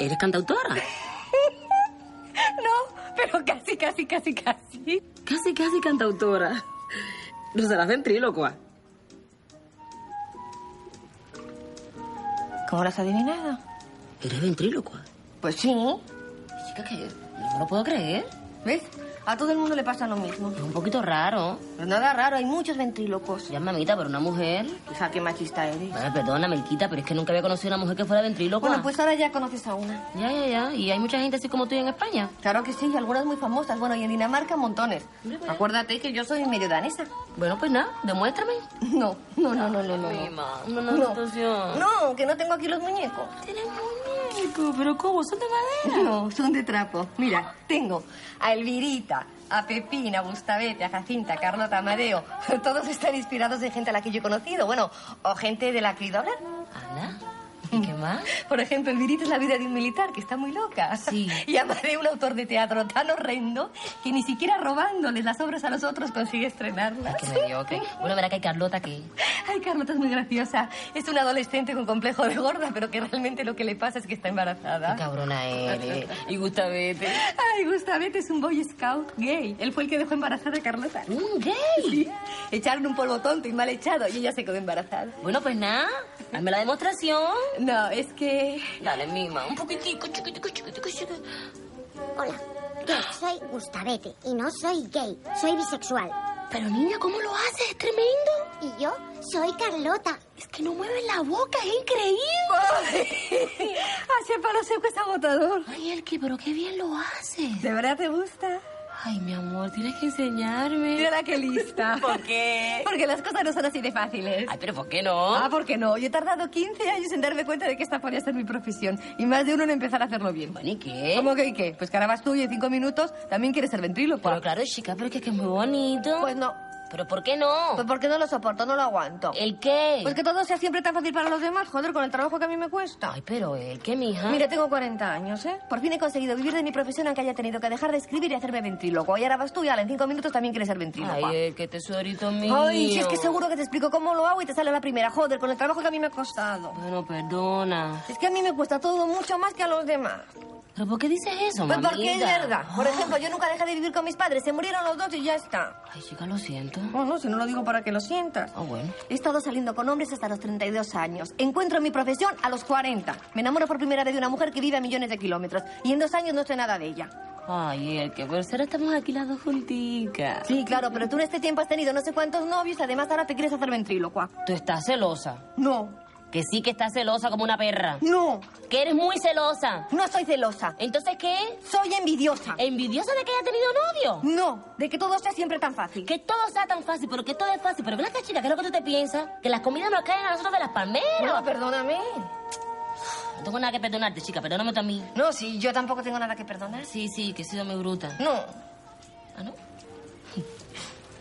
[SPEAKER 11] ¿eres cantautora?
[SPEAKER 17] No, pero casi, casi, casi, casi.
[SPEAKER 11] Casi, casi cantautora. No serás ventrílocua.
[SPEAKER 17] ¿Cómo lo has adivinado?
[SPEAKER 11] ¿Eres ventrílocua?
[SPEAKER 17] Pues sí.
[SPEAKER 11] Chica, que no lo puedo creer.
[SPEAKER 17] ¿Ves? A todo el mundo le pasa lo mismo.
[SPEAKER 11] Es un poquito raro.
[SPEAKER 17] Pero nada raro, hay muchos ventrílocos.
[SPEAKER 11] Ya, mamita, pero una mujer...
[SPEAKER 17] O sea, qué machista eres.
[SPEAKER 11] Bueno, perdona, Melquita, pero es que nunca había conocido a una mujer que fuera ventrílocua.
[SPEAKER 17] Bueno, pues ahora ya conoces a una.
[SPEAKER 11] Ya, ya, ya. Y hay mucha gente así como tú en España.
[SPEAKER 17] Claro que sí, y algunas muy famosas. Bueno, y en Dinamarca montones. Acuérdate que yo soy medio danesa.
[SPEAKER 11] pues Bueno, pues nada, demuéstrame.
[SPEAKER 17] No, no, no, no, no, no.
[SPEAKER 11] Ay,
[SPEAKER 17] no.
[SPEAKER 11] ma, una
[SPEAKER 17] No.
[SPEAKER 11] situación.
[SPEAKER 17] No, que no tengo aquí los muñecos.
[SPEAKER 11] Tienes muñeco, pero ¿cómo? ¿Son de madera?
[SPEAKER 17] No, son de trapo. Mira, tengo a Elvirita, a Pepina, a Gustavete, a Jacinta, a Carlota, a Amadeo. Todos están inspirados de gente a la que yo he conocido. Bueno, o gente de la que he ido a hablar.
[SPEAKER 11] ¿Ana? ¿Y qué más?
[SPEAKER 17] Por ejemplo, Elvirita es la vida de un militar que está muy loca.
[SPEAKER 11] Sí.
[SPEAKER 17] Y Amadeo, un autor de teatro tan horrendo que ni siquiera robándoles las obras a los otros consigue estrenarlas.
[SPEAKER 11] Que me dio, que... Bueno, verá que hay Carlota que...
[SPEAKER 17] Ay, Carlota es muy graciosa. Es una adolescente con complejo de gorda, pero que realmente lo que le pasa es que está embarazada.
[SPEAKER 11] Qué cabrona eres. Y Gustavete.
[SPEAKER 17] Ay, Gustavete es un boy scout gay. Él fue el que dejó embarazada a Carlota.
[SPEAKER 11] Mm, gay.
[SPEAKER 17] Sí. Echaron un polvo tonto y mal echado y ella se quedó embarazada.
[SPEAKER 11] Bueno, pues nada. Hazme la demostración.
[SPEAKER 17] No, es que...
[SPEAKER 11] Dale, mima. Un poquitico, chiquitico, chiquitico, chiquitico.
[SPEAKER 8] Hola, yo soy Gustavete y no soy gay, soy bisexual.
[SPEAKER 11] Pero niña, ¿cómo lo haces? Es tremendo.
[SPEAKER 8] Y yo soy Carlota.
[SPEAKER 11] Es que no mueves la boca, es increíble.
[SPEAKER 17] ¡Ah! Hace palo seco es agotador.
[SPEAKER 11] Ay, Elke, pero qué bien lo haces.
[SPEAKER 17] ¿De verdad te gusta?
[SPEAKER 11] Ay, mi amor, tienes que enseñarme.
[SPEAKER 17] Mira la que lista.
[SPEAKER 11] ¿Por qué?
[SPEAKER 17] Porque las cosas no son así de fáciles.
[SPEAKER 11] Ay, pero ¿por qué no?
[SPEAKER 17] Ah, ¿por qué no? Yo he tardado 15 años en darme cuenta de que esta podría ser mi profesión. Y más de uno en empezar a hacerlo bien.
[SPEAKER 11] Bueno, ¿y qué?
[SPEAKER 17] ¿Cómo que y qué? Pues que ahora vas tú y en cinco minutos también quieres ser ventríloco.
[SPEAKER 11] Pero claro, chica, pero es que es que es muy bonito.
[SPEAKER 17] Pues no.
[SPEAKER 11] ¿Pero por qué no?
[SPEAKER 17] Pues porque no lo soporto, no lo aguanto.
[SPEAKER 11] ¿El qué?
[SPEAKER 17] Pues que todo sea siempre tan fácil para los demás, joder, con el trabajo que a mí me cuesta.
[SPEAKER 11] Ay, pero ¿el qué, mija?
[SPEAKER 17] Mira, tengo 40 años, ¿eh? Por fin he conseguido vivir de mi profesión aunque haya tenido que dejar de escribir y hacerme ventríloco. Y ahora vas tú y ala, en cinco minutos también quieres ser ventríloco.
[SPEAKER 11] Ay, el qué tesorito mío.
[SPEAKER 17] Ay, si es que seguro que te explico cómo lo hago y te sale la primera, joder, con el trabajo que a mí me ha costado.
[SPEAKER 11] Bueno, perdona.
[SPEAKER 17] Es que a mí me cuesta todo mucho más que a los demás. ¿Pero por qué dices eso, Pues porque es
[SPEAKER 18] mamita?
[SPEAKER 17] verdad. Por ejemplo, yo nunca dejé de vivir con mis padres. Se murieron los dos y ya está. Ay, chica, lo siento. No, no, si no lo digo para que lo sientas.
[SPEAKER 11] Ah, bueno.
[SPEAKER 17] He estado saliendo con hombres hasta los 32 años. Encuentro mi profesión a los 40. Me enamoro por primera vez de una mujer que vive a millones de kilómetros. Y en dos años no sé nada de ella.
[SPEAKER 11] Ay, el que por ser estamos aquí las dos junticas.
[SPEAKER 17] Sí, claro, pero tú en este tiempo has tenido no sé cuántos novios. Además, ahora te quieres hacer ventrílocua.
[SPEAKER 11] Tú estás celosa.
[SPEAKER 17] No.
[SPEAKER 11] Que sí que estás celosa como una perra.
[SPEAKER 17] No.
[SPEAKER 11] Que eres muy celosa.
[SPEAKER 17] No soy celosa.
[SPEAKER 11] ¿Entonces qué?
[SPEAKER 17] Soy envidiosa.
[SPEAKER 11] ¿Envidiosa de que haya tenido novio?
[SPEAKER 17] No, de que todo sea siempre tan fácil.
[SPEAKER 11] Que todo sea tan fácil, pero que todo es fácil. Pero ven acá, chica, ¿qué es lo que tú te piensas? Que las comidas nos caen a nosotros de las palmeras.
[SPEAKER 17] Bueno, perdóname.
[SPEAKER 11] No tengo nada que perdonarte, chica, perdóname tú a mí.
[SPEAKER 17] No, sí, yo tampoco tengo nada que perdonar.
[SPEAKER 11] Sí, sí, que he sido muy bruta.
[SPEAKER 17] No.
[SPEAKER 11] ¿Ah, no?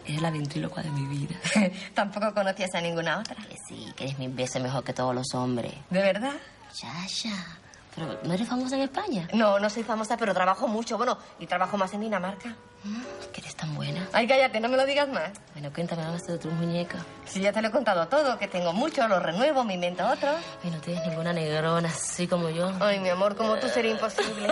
[SPEAKER 11] Eres la ventrílocua de mi vida.
[SPEAKER 17] Tampoco conocías a ninguna otra.
[SPEAKER 11] Que sí, que eres mil veces mejor que todos los hombres.
[SPEAKER 17] ¿De verdad?
[SPEAKER 11] Ya, ya. Pero no eres famosa en España.
[SPEAKER 17] No, no soy famosa, pero trabajo mucho. Bueno, y trabajo más en Dinamarca.
[SPEAKER 11] Que eres tan buena.
[SPEAKER 17] Ay, cállate, no me lo digas más.
[SPEAKER 11] Bueno, cuéntame, hablaste de tus muñecas.
[SPEAKER 17] Si ya te lo he contado todo, que tengo mucho, lo renuevo, me invento otro.
[SPEAKER 11] Y no tienes ninguna negrona así como yo.
[SPEAKER 17] Ay, mi amor, como tú sería imposible.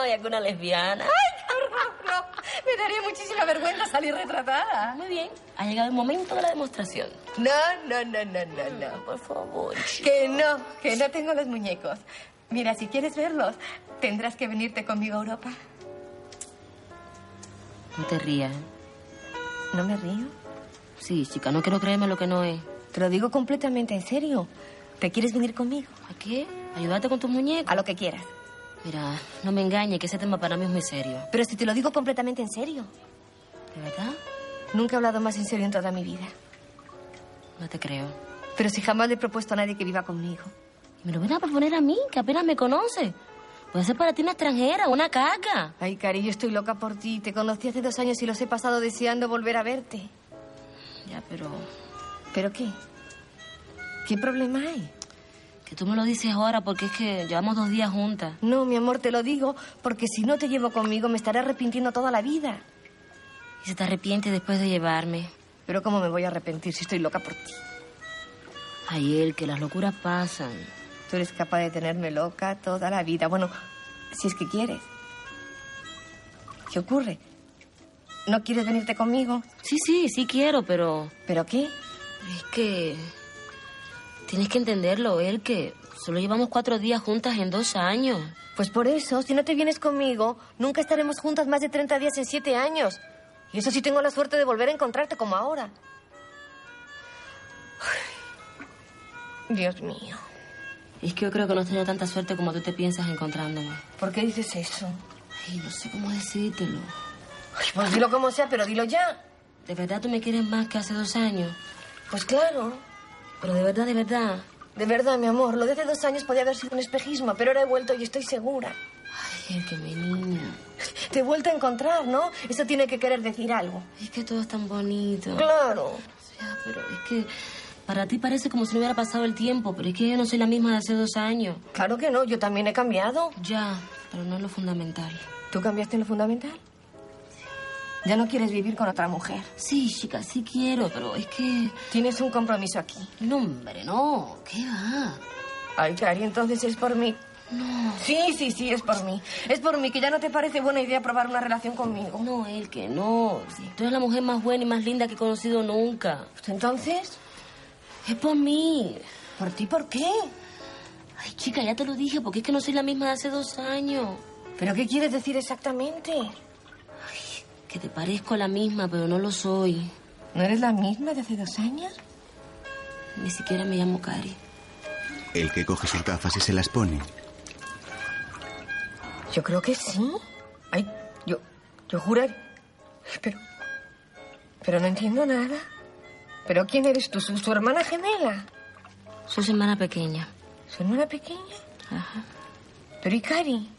[SPEAKER 11] Ay, alguna lesbiana.
[SPEAKER 17] ¡Ay, qué horror! No, me daría muchísima vergüenza salir retratada.
[SPEAKER 11] Muy bien, ha llegado el momento de la demostración.
[SPEAKER 17] No, no, no, no, no, no.
[SPEAKER 11] Por favor.
[SPEAKER 17] Que no, que no tengo los muñecos. Mira, si quieres verlos, tendrás que venirte conmigo a Europa.
[SPEAKER 11] No te rías. ¿eh?
[SPEAKER 17] ¿No me río?
[SPEAKER 11] Sí, chica, no quiero creerme lo que no es.
[SPEAKER 17] Te lo digo completamente en serio. ¿Te quieres venir conmigo?
[SPEAKER 11] ¿A qué? ¿Ayudarte con tus muñecos?
[SPEAKER 17] A lo que quieras.
[SPEAKER 11] Mira, no me engañes, que ese tema para mí es muy serio.
[SPEAKER 17] Pero si te lo digo completamente en serio.
[SPEAKER 11] ¿De verdad?
[SPEAKER 17] Nunca he hablado más en serio en toda mi vida.
[SPEAKER 11] No te creo.
[SPEAKER 17] Pero si jamás le he propuesto a nadie que viva conmigo.
[SPEAKER 11] Y me lo van a proponer a mí, que apenas me conoce. Voy a ser para ti una extranjera, una caca.
[SPEAKER 17] Ay, cariño, estoy loca por ti. Te conocí hace dos años y los he pasado deseando volver a verte.
[SPEAKER 11] Ya, pero...
[SPEAKER 17] ¿Pero qué? ¿Qué problema hay?
[SPEAKER 11] Que tú me lo dices ahora porque es que llevamos dos días juntas.
[SPEAKER 17] No, mi amor, te lo digo porque si no te llevo conmigo me estaré arrepintiendo toda la vida.
[SPEAKER 11] Y se te arrepiente después de llevarme.
[SPEAKER 17] Pero ¿cómo me voy a arrepentir si estoy loca por ti?
[SPEAKER 11] Ayer, que las locuras pasan.
[SPEAKER 17] Tú eres capaz de tenerme loca toda la vida. Bueno, si es que quieres. ¿Qué ocurre? ¿No quieres venirte conmigo?
[SPEAKER 11] Sí, sí, sí quiero, pero...
[SPEAKER 17] ¿Pero qué?
[SPEAKER 11] Es que... Tienes que entenderlo, él, que solo llevamos cuatro días juntas en dos años.
[SPEAKER 17] Pues por eso, si no te vienes conmigo, nunca estaremos juntas más de 30 días en siete años. Y eso sí tengo la suerte de volver a encontrarte como ahora. Ay, Dios mío.
[SPEAKER 11] Es que yo creo que no has tenido tanta suerte como tú te piensas encontrándome.
[SPEAKER 17] ¿Por qué dices eso?
[SPEAKER 11] Ay, no sé cómo decírtelo.
[SPEAKER 17] Ay, pues dilo como sea, pero dilo ya.
[SPEAKER 11] ¿De verdad tú me quieres más que hace dos años?
[SPEAKER 17] Pues claro.
[SPEAKER 11] Pero de verdad, de verdad.
[SPEAKER 17] De verdad, mi amor, lo de hace dos años podía haber sido un espejismo, pero ahora he vuelto y estoy segura.
[SPEAKER 11] Ay, el que mi niña.
[SPEAKER 17] Te he vuelto a encontrar, ¿no? Eso tiene que querer decir algo.
[SPEAKER 11] Es que todo es tan bonito.
[SPEAKER 17] Claro.
[SPEAKER 11] Ya, pero es que para ti parece como si no hubiera pasado el tiempo, pero es que yo no soy la misma de hace dos años.
[SPEAKER 17] Claro que no, yo también he cambiado.
[SPEAKER 11] Ya, pero no es lo fundamental.
[SPEAKER 17] ¿Tú cambiaste en lo fundamental? Ya no quieres vivir con otra mujer.
[SPEAKER 11] Sí, chica, sí quiero, pero es que...
[SPEAKER 17] Tienes un compromiso aquí.
[SPEAKER 11] No, hombre, no. ¿Qué va?
[SPEAKER 17] Ay, Cari, entonces es por mí.
[SPEAKER 11] No.
[SPEAKER 17] Sí, sí, sí, es por mí. Es por mí, que ya no te parece buena idea probar una relación conmigo.
[SPEAKER 11] No, él que no. Tú eres la mujer más buena y más linda que he conocido nunca.
[SPEAKER 17] Pues entonces,
[SPEAKER 11] Es por mí.
[SPEAKER 17] ¿por ti por qué?
[SPEAKER 11] Ay, chica, ya te lo dije, porque es que no soy la misma de hace dos años.
[SPEAKER 17] ¿Pero qué quieres decir exactamente?
[SPEAKER 11] Que te parezco la misma, pero no lo soy.
[SPEAKER 17] ¿No eres la misma de hace dos años?
[SPEAKER 11] Ni siquiera me llamo Cari.
[SPEAKER 1] El que coge sus gafas y se las pone.
[SPEAKER 17] Yo creo que sí. Ay, yo, yo juraría. Pero, pero no entiendo nada. ¿Pero quién eres tú? ¿Su, su hermana gemela?
[SPEAKER 11] Soy su hermana pequeña.
[SPEAKER 17] ¿Su hermana pequeña?
[SPEAKER 11] Ajá.
[SPEAKER 17] Pero ¿y Cari?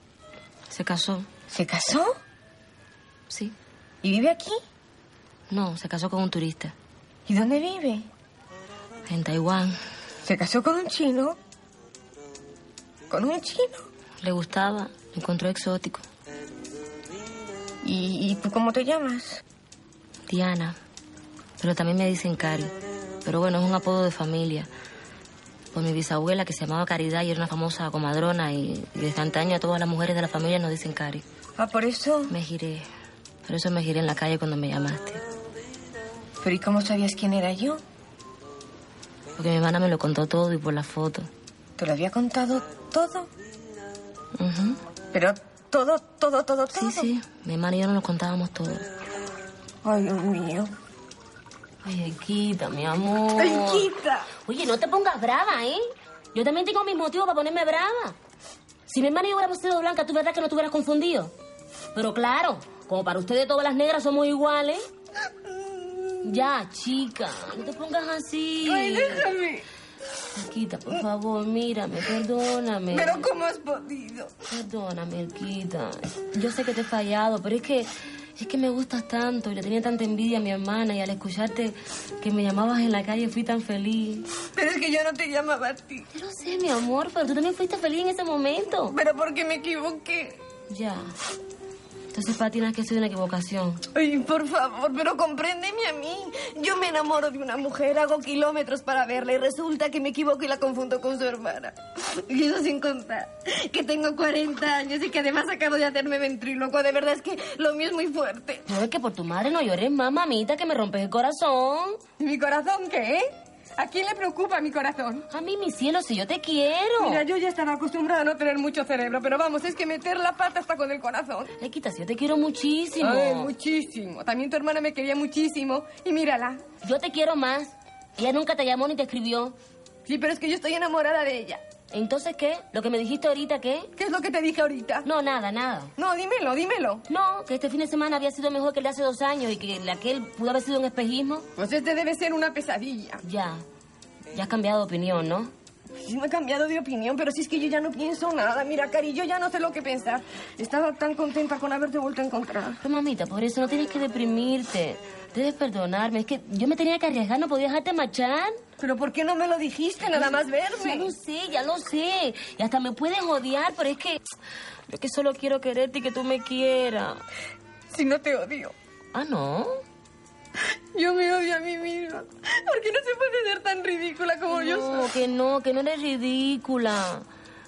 [SPEAKER 11] Se casó,
[SPEAKER 17] ¿Se casó?
[SPEAKER 11] sí.
[SPEAKER 17] ¿Y vive aquí?
[SPEAKER 11] No, se casó con un turista.
[SPEAKER 17] ¿Y dónde vive?
[SPEAKER 11] En Taiwán.
[SPEAKER 17] ¿Se casó con un chino? ¿Con un chino?
[SPEAKER 11] Le gustaba, lo encontró exótico.
[SPEAKER 17] ¿Y, y tú cómo te llamas?
[SPEAKER 11] Diana. Pero también me dicen Cari. Pero bueno, es un apodo de familia. por mi bisabuela que se llamaba Caridad y era una famosa comadrona y, y desde antaño a todas las mujeres de la familia nos dicen Cari.
[SPEAKER 17] Ah, por eso.
[SPEAKER 11] Me giré. Por eso me giré en la calle cuando me llamaste.
[SPEAKER 17] Pero ¿y cómo sabías quién era yo?
[SPEAKER 11] Porque mi hermana me lo contó todo y por la foto.
[SPEAKER 17] ¿Te lo había contado todo?
[SPEAKER 11] Ujú.
[SPEAKER 17] Pero todo, todo, todo, todo.
[SPEAKER 11] Sí, sí. Mi hermana y yo nos lo contábamos todo.
[SPEAKER 17] Ay, Dios mío.
[SPEAKER 11] Ay, quita, mi amor.
[SPEAKER 17] Ay, quita.
[SPEAKER 11] Oye, no te pongas brava, ¿eh? Yo también tengo mis motivos para ponerme brava. Si mi hermana y yo hubiéramos sido blanca, tú verdad que no te hubieras confundido. Pero claro, como para ustedes todas las negras somos iguales. Ya, chica, no te pongas así.
[SPEAKER 16] Ay, déjame.
[SPEAKER 11] Quita, por favor, mírame, perdóname.
[SPEAKER 16] Pero ¿cómo has podido?
[SPEAKER 11] Perdóname, Elquita. Yo sé que te he fallado, pero es que es que me gustas tanto. y Le tenía tanta envidia a mi hermana y al escucharte que me llamabas en la calle fui tan feliz.
[SPEAKER 17] Pero es que yo no te llamaba a ti.
[SPEAKER 11] Yo lo sé, mi amor, pero tú también fuiste feliz en ese momento.
[SPEAKER 17] Pero porque me equivoqué.
[SPEAKER 11] Ya. Entonces patinas que soy una equivocación.
[SPEAKER 17] Ay, por favor, pero compréndeme a mí. Yo me enamoro de una mujer, hago kilómetros para verla y resulta que me equivoco y la confundo con su hermana. Y eso sin contar que tengo 40 años y que además acabo de hacerme ventríloco. De verdad es que lo mío es muy fuerte.
[SPEAKER 11] No, es que por tu madre no llores más, mamita, que me rompes el corazón.
[SPEAKER 17] ¿Mi corazón qué? ¿A quién le preocupa mi corazón?
[SPEAKER 11] A mí, mi cielo, si yo te quiero.
[SPEAKER 17] Mira, yo ya estaba acostumbrada a no tener mucho cerebro, pero vamos, es que meter la pata está con el corazón.
[SPEAKER 11] Le quitas, yo te quiero muchísimo.
[SPEAKER 17] Ay, muchísimo. También tu hermana me quería muchísimo. Y mírala.
[SPEAKER 11] Yo te quiero más. Ella nunca te llamó ni te escribió.
[SPEAKER 17] Sí, pero es que yo estoy enamorada de ella.
[SPEAKER 11] Entonces, ¿qué? ¿Lo que me dijiste ahorita, qué?
[SPEAKER 17] ¿Qué es lo que te dije ahorita?
[SPEAKER 11] No, nada, nada.
[SPEAKER 17] No, dímelo, dímelo.
[SPEAKER 11] No, que este fin de semana había sido mejor que el de hace dos años y que el de aquel pudo haber sido un espejismo.
[SPEAKER 17] Pues este debe ser una pesadilla.
[SPEAKER 11] Ya. Ya has cambiado de opinión, ¿no?
[SPEAKER 17] Sí, me he cambiado de opinión, pero si es que yo ya no pienso nada. Mira, Cari, yo ya no sé lo que pensar. Estaba tan contenta con haberte vuelto a encontrar.
[SPEAKER 11] Pero mamita, por eso no tienes que deprimirte. Debes perdonarme. Es que yo me tenía que arriesgar, no podía dejarte machar.
[SPEAKER 17] Pero ¿por qué no me lo dijiste nada más
[SPEAKER 11] Ya
[SPEAKER 17] verme?
[SPEAKER 11] lo sé, ya lo sé. Y hasta me puedes odiar, pero es que. Yo es que solo quiero quererte y que tú me quieras.
[SPEAKER 17] Si no te odio.
[SPEAKER 11] Ah, no.
[SPEAKER 17] Yo me odio a mí misma. Porque no se puede ser tan ridícula como yo
[SPEAKER 11] No,
[SPEAKER 17] soy.
[SPEAKER 11] que no, que no eres ridícula.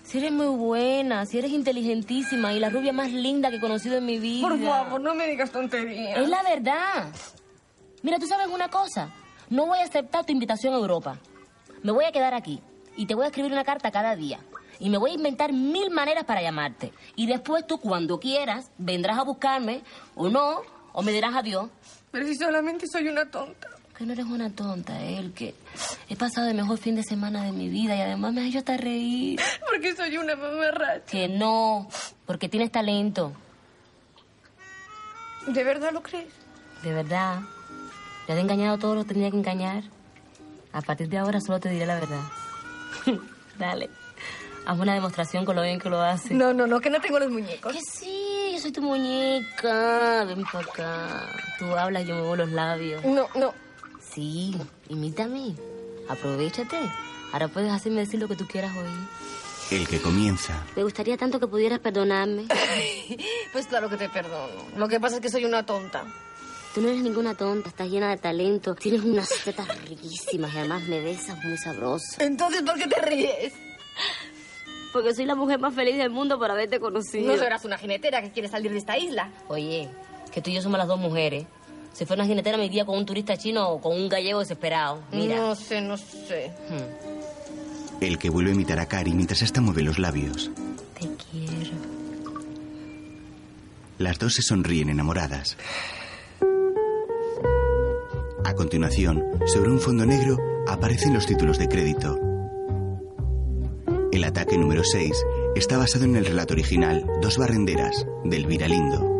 [SPEAKER 11] Si eres muy buena, si eres inteligentísima y la rubia más linda que he conocido en mi vida.
[SPEAKER 17] Por favor, no me digas tonterías.
[SPEAKER 11] Es la verdad. Mira, tú sabes una cosa. No voy a aceptar tu invitación a Europa. Me voy a quedar aquí y te voy a escribir una carta cada día. Y me voy a inventar mil maneras para llamarte. Y después tú, cuando quieras, vendrás a buscarme o no, o me dirás adiós.
[SPEAKER 17] Pero si solamente soy una tonta.
[SPEAKER 11] Que no eres una tonta, él, que he pasado el mejor fin de semana de mi vida y además me has hecho hasta reír.
[SPEAKER 17] Porque soy una mamarracha.
[SPEAKER 11] Que no, porque tienes talento.
[SPEAKER 17] ¿De verdad lo crees?
[SPEAKER 11] De verdad, ya te he engañado todo lo que tenía que engañar. A partir de ahora solo te diré la verdad. Dale, haz una demostración con lo bien que lo haces.
[SPEAKER 17] No, no, no, que no tengo los muñecos.
[SPEAKER 11] Que sí, yo soy tu muñeca. Ven para acá. Tú hablas, yo muevo los labios.
[SPEAKER 17] No, no.
[SPEAKER 11] Sí, imítame. Aprovechate. Ahora puedes hacerme decir lo que tú quieras oír.
[SPEAKER 1] El que comienza.
[SPEAKER 11] Me gustaría tanto que pudieras perdonarme.
[SPEAKER 17] Pues claro que te perdono. Lo que pasa es que soy una tonta.
[SPEAKER 11] Tú no eres ninguna tonta, estás llena de talento. Tienes unas tetas riquísimas y además me besas muy sabroso.
[SPEAKER 17] Entonces, ¿por qué te ríes?
[SPEAKER 11] Porque soy la mujer más feliz del mundo por haberte conocido.
[SPEAKER 17] No serás una jinetera que quiere salir de esta isla.
[SPEAKER 11] Oye, que tú y yo somos las dos mujeres. Si fuera una jinetera me iría con un turista chino o con un gallego desesperado. Mira.
[SPEAKER 17] No sé, no sé.
[SPEAKER 1] El que vuelve a imitar a Cari mientras esta mueve los labios.
[SPEAKER 11] Te quiero.
[SPEAKER 1] Las dos se sonríen enamoradas. A continuación, sobre un fondo negro, aparecen los títulos de crédito. El ataque número 6 está basado en el relato original Dos Barrenderas, de Elvira Lindo.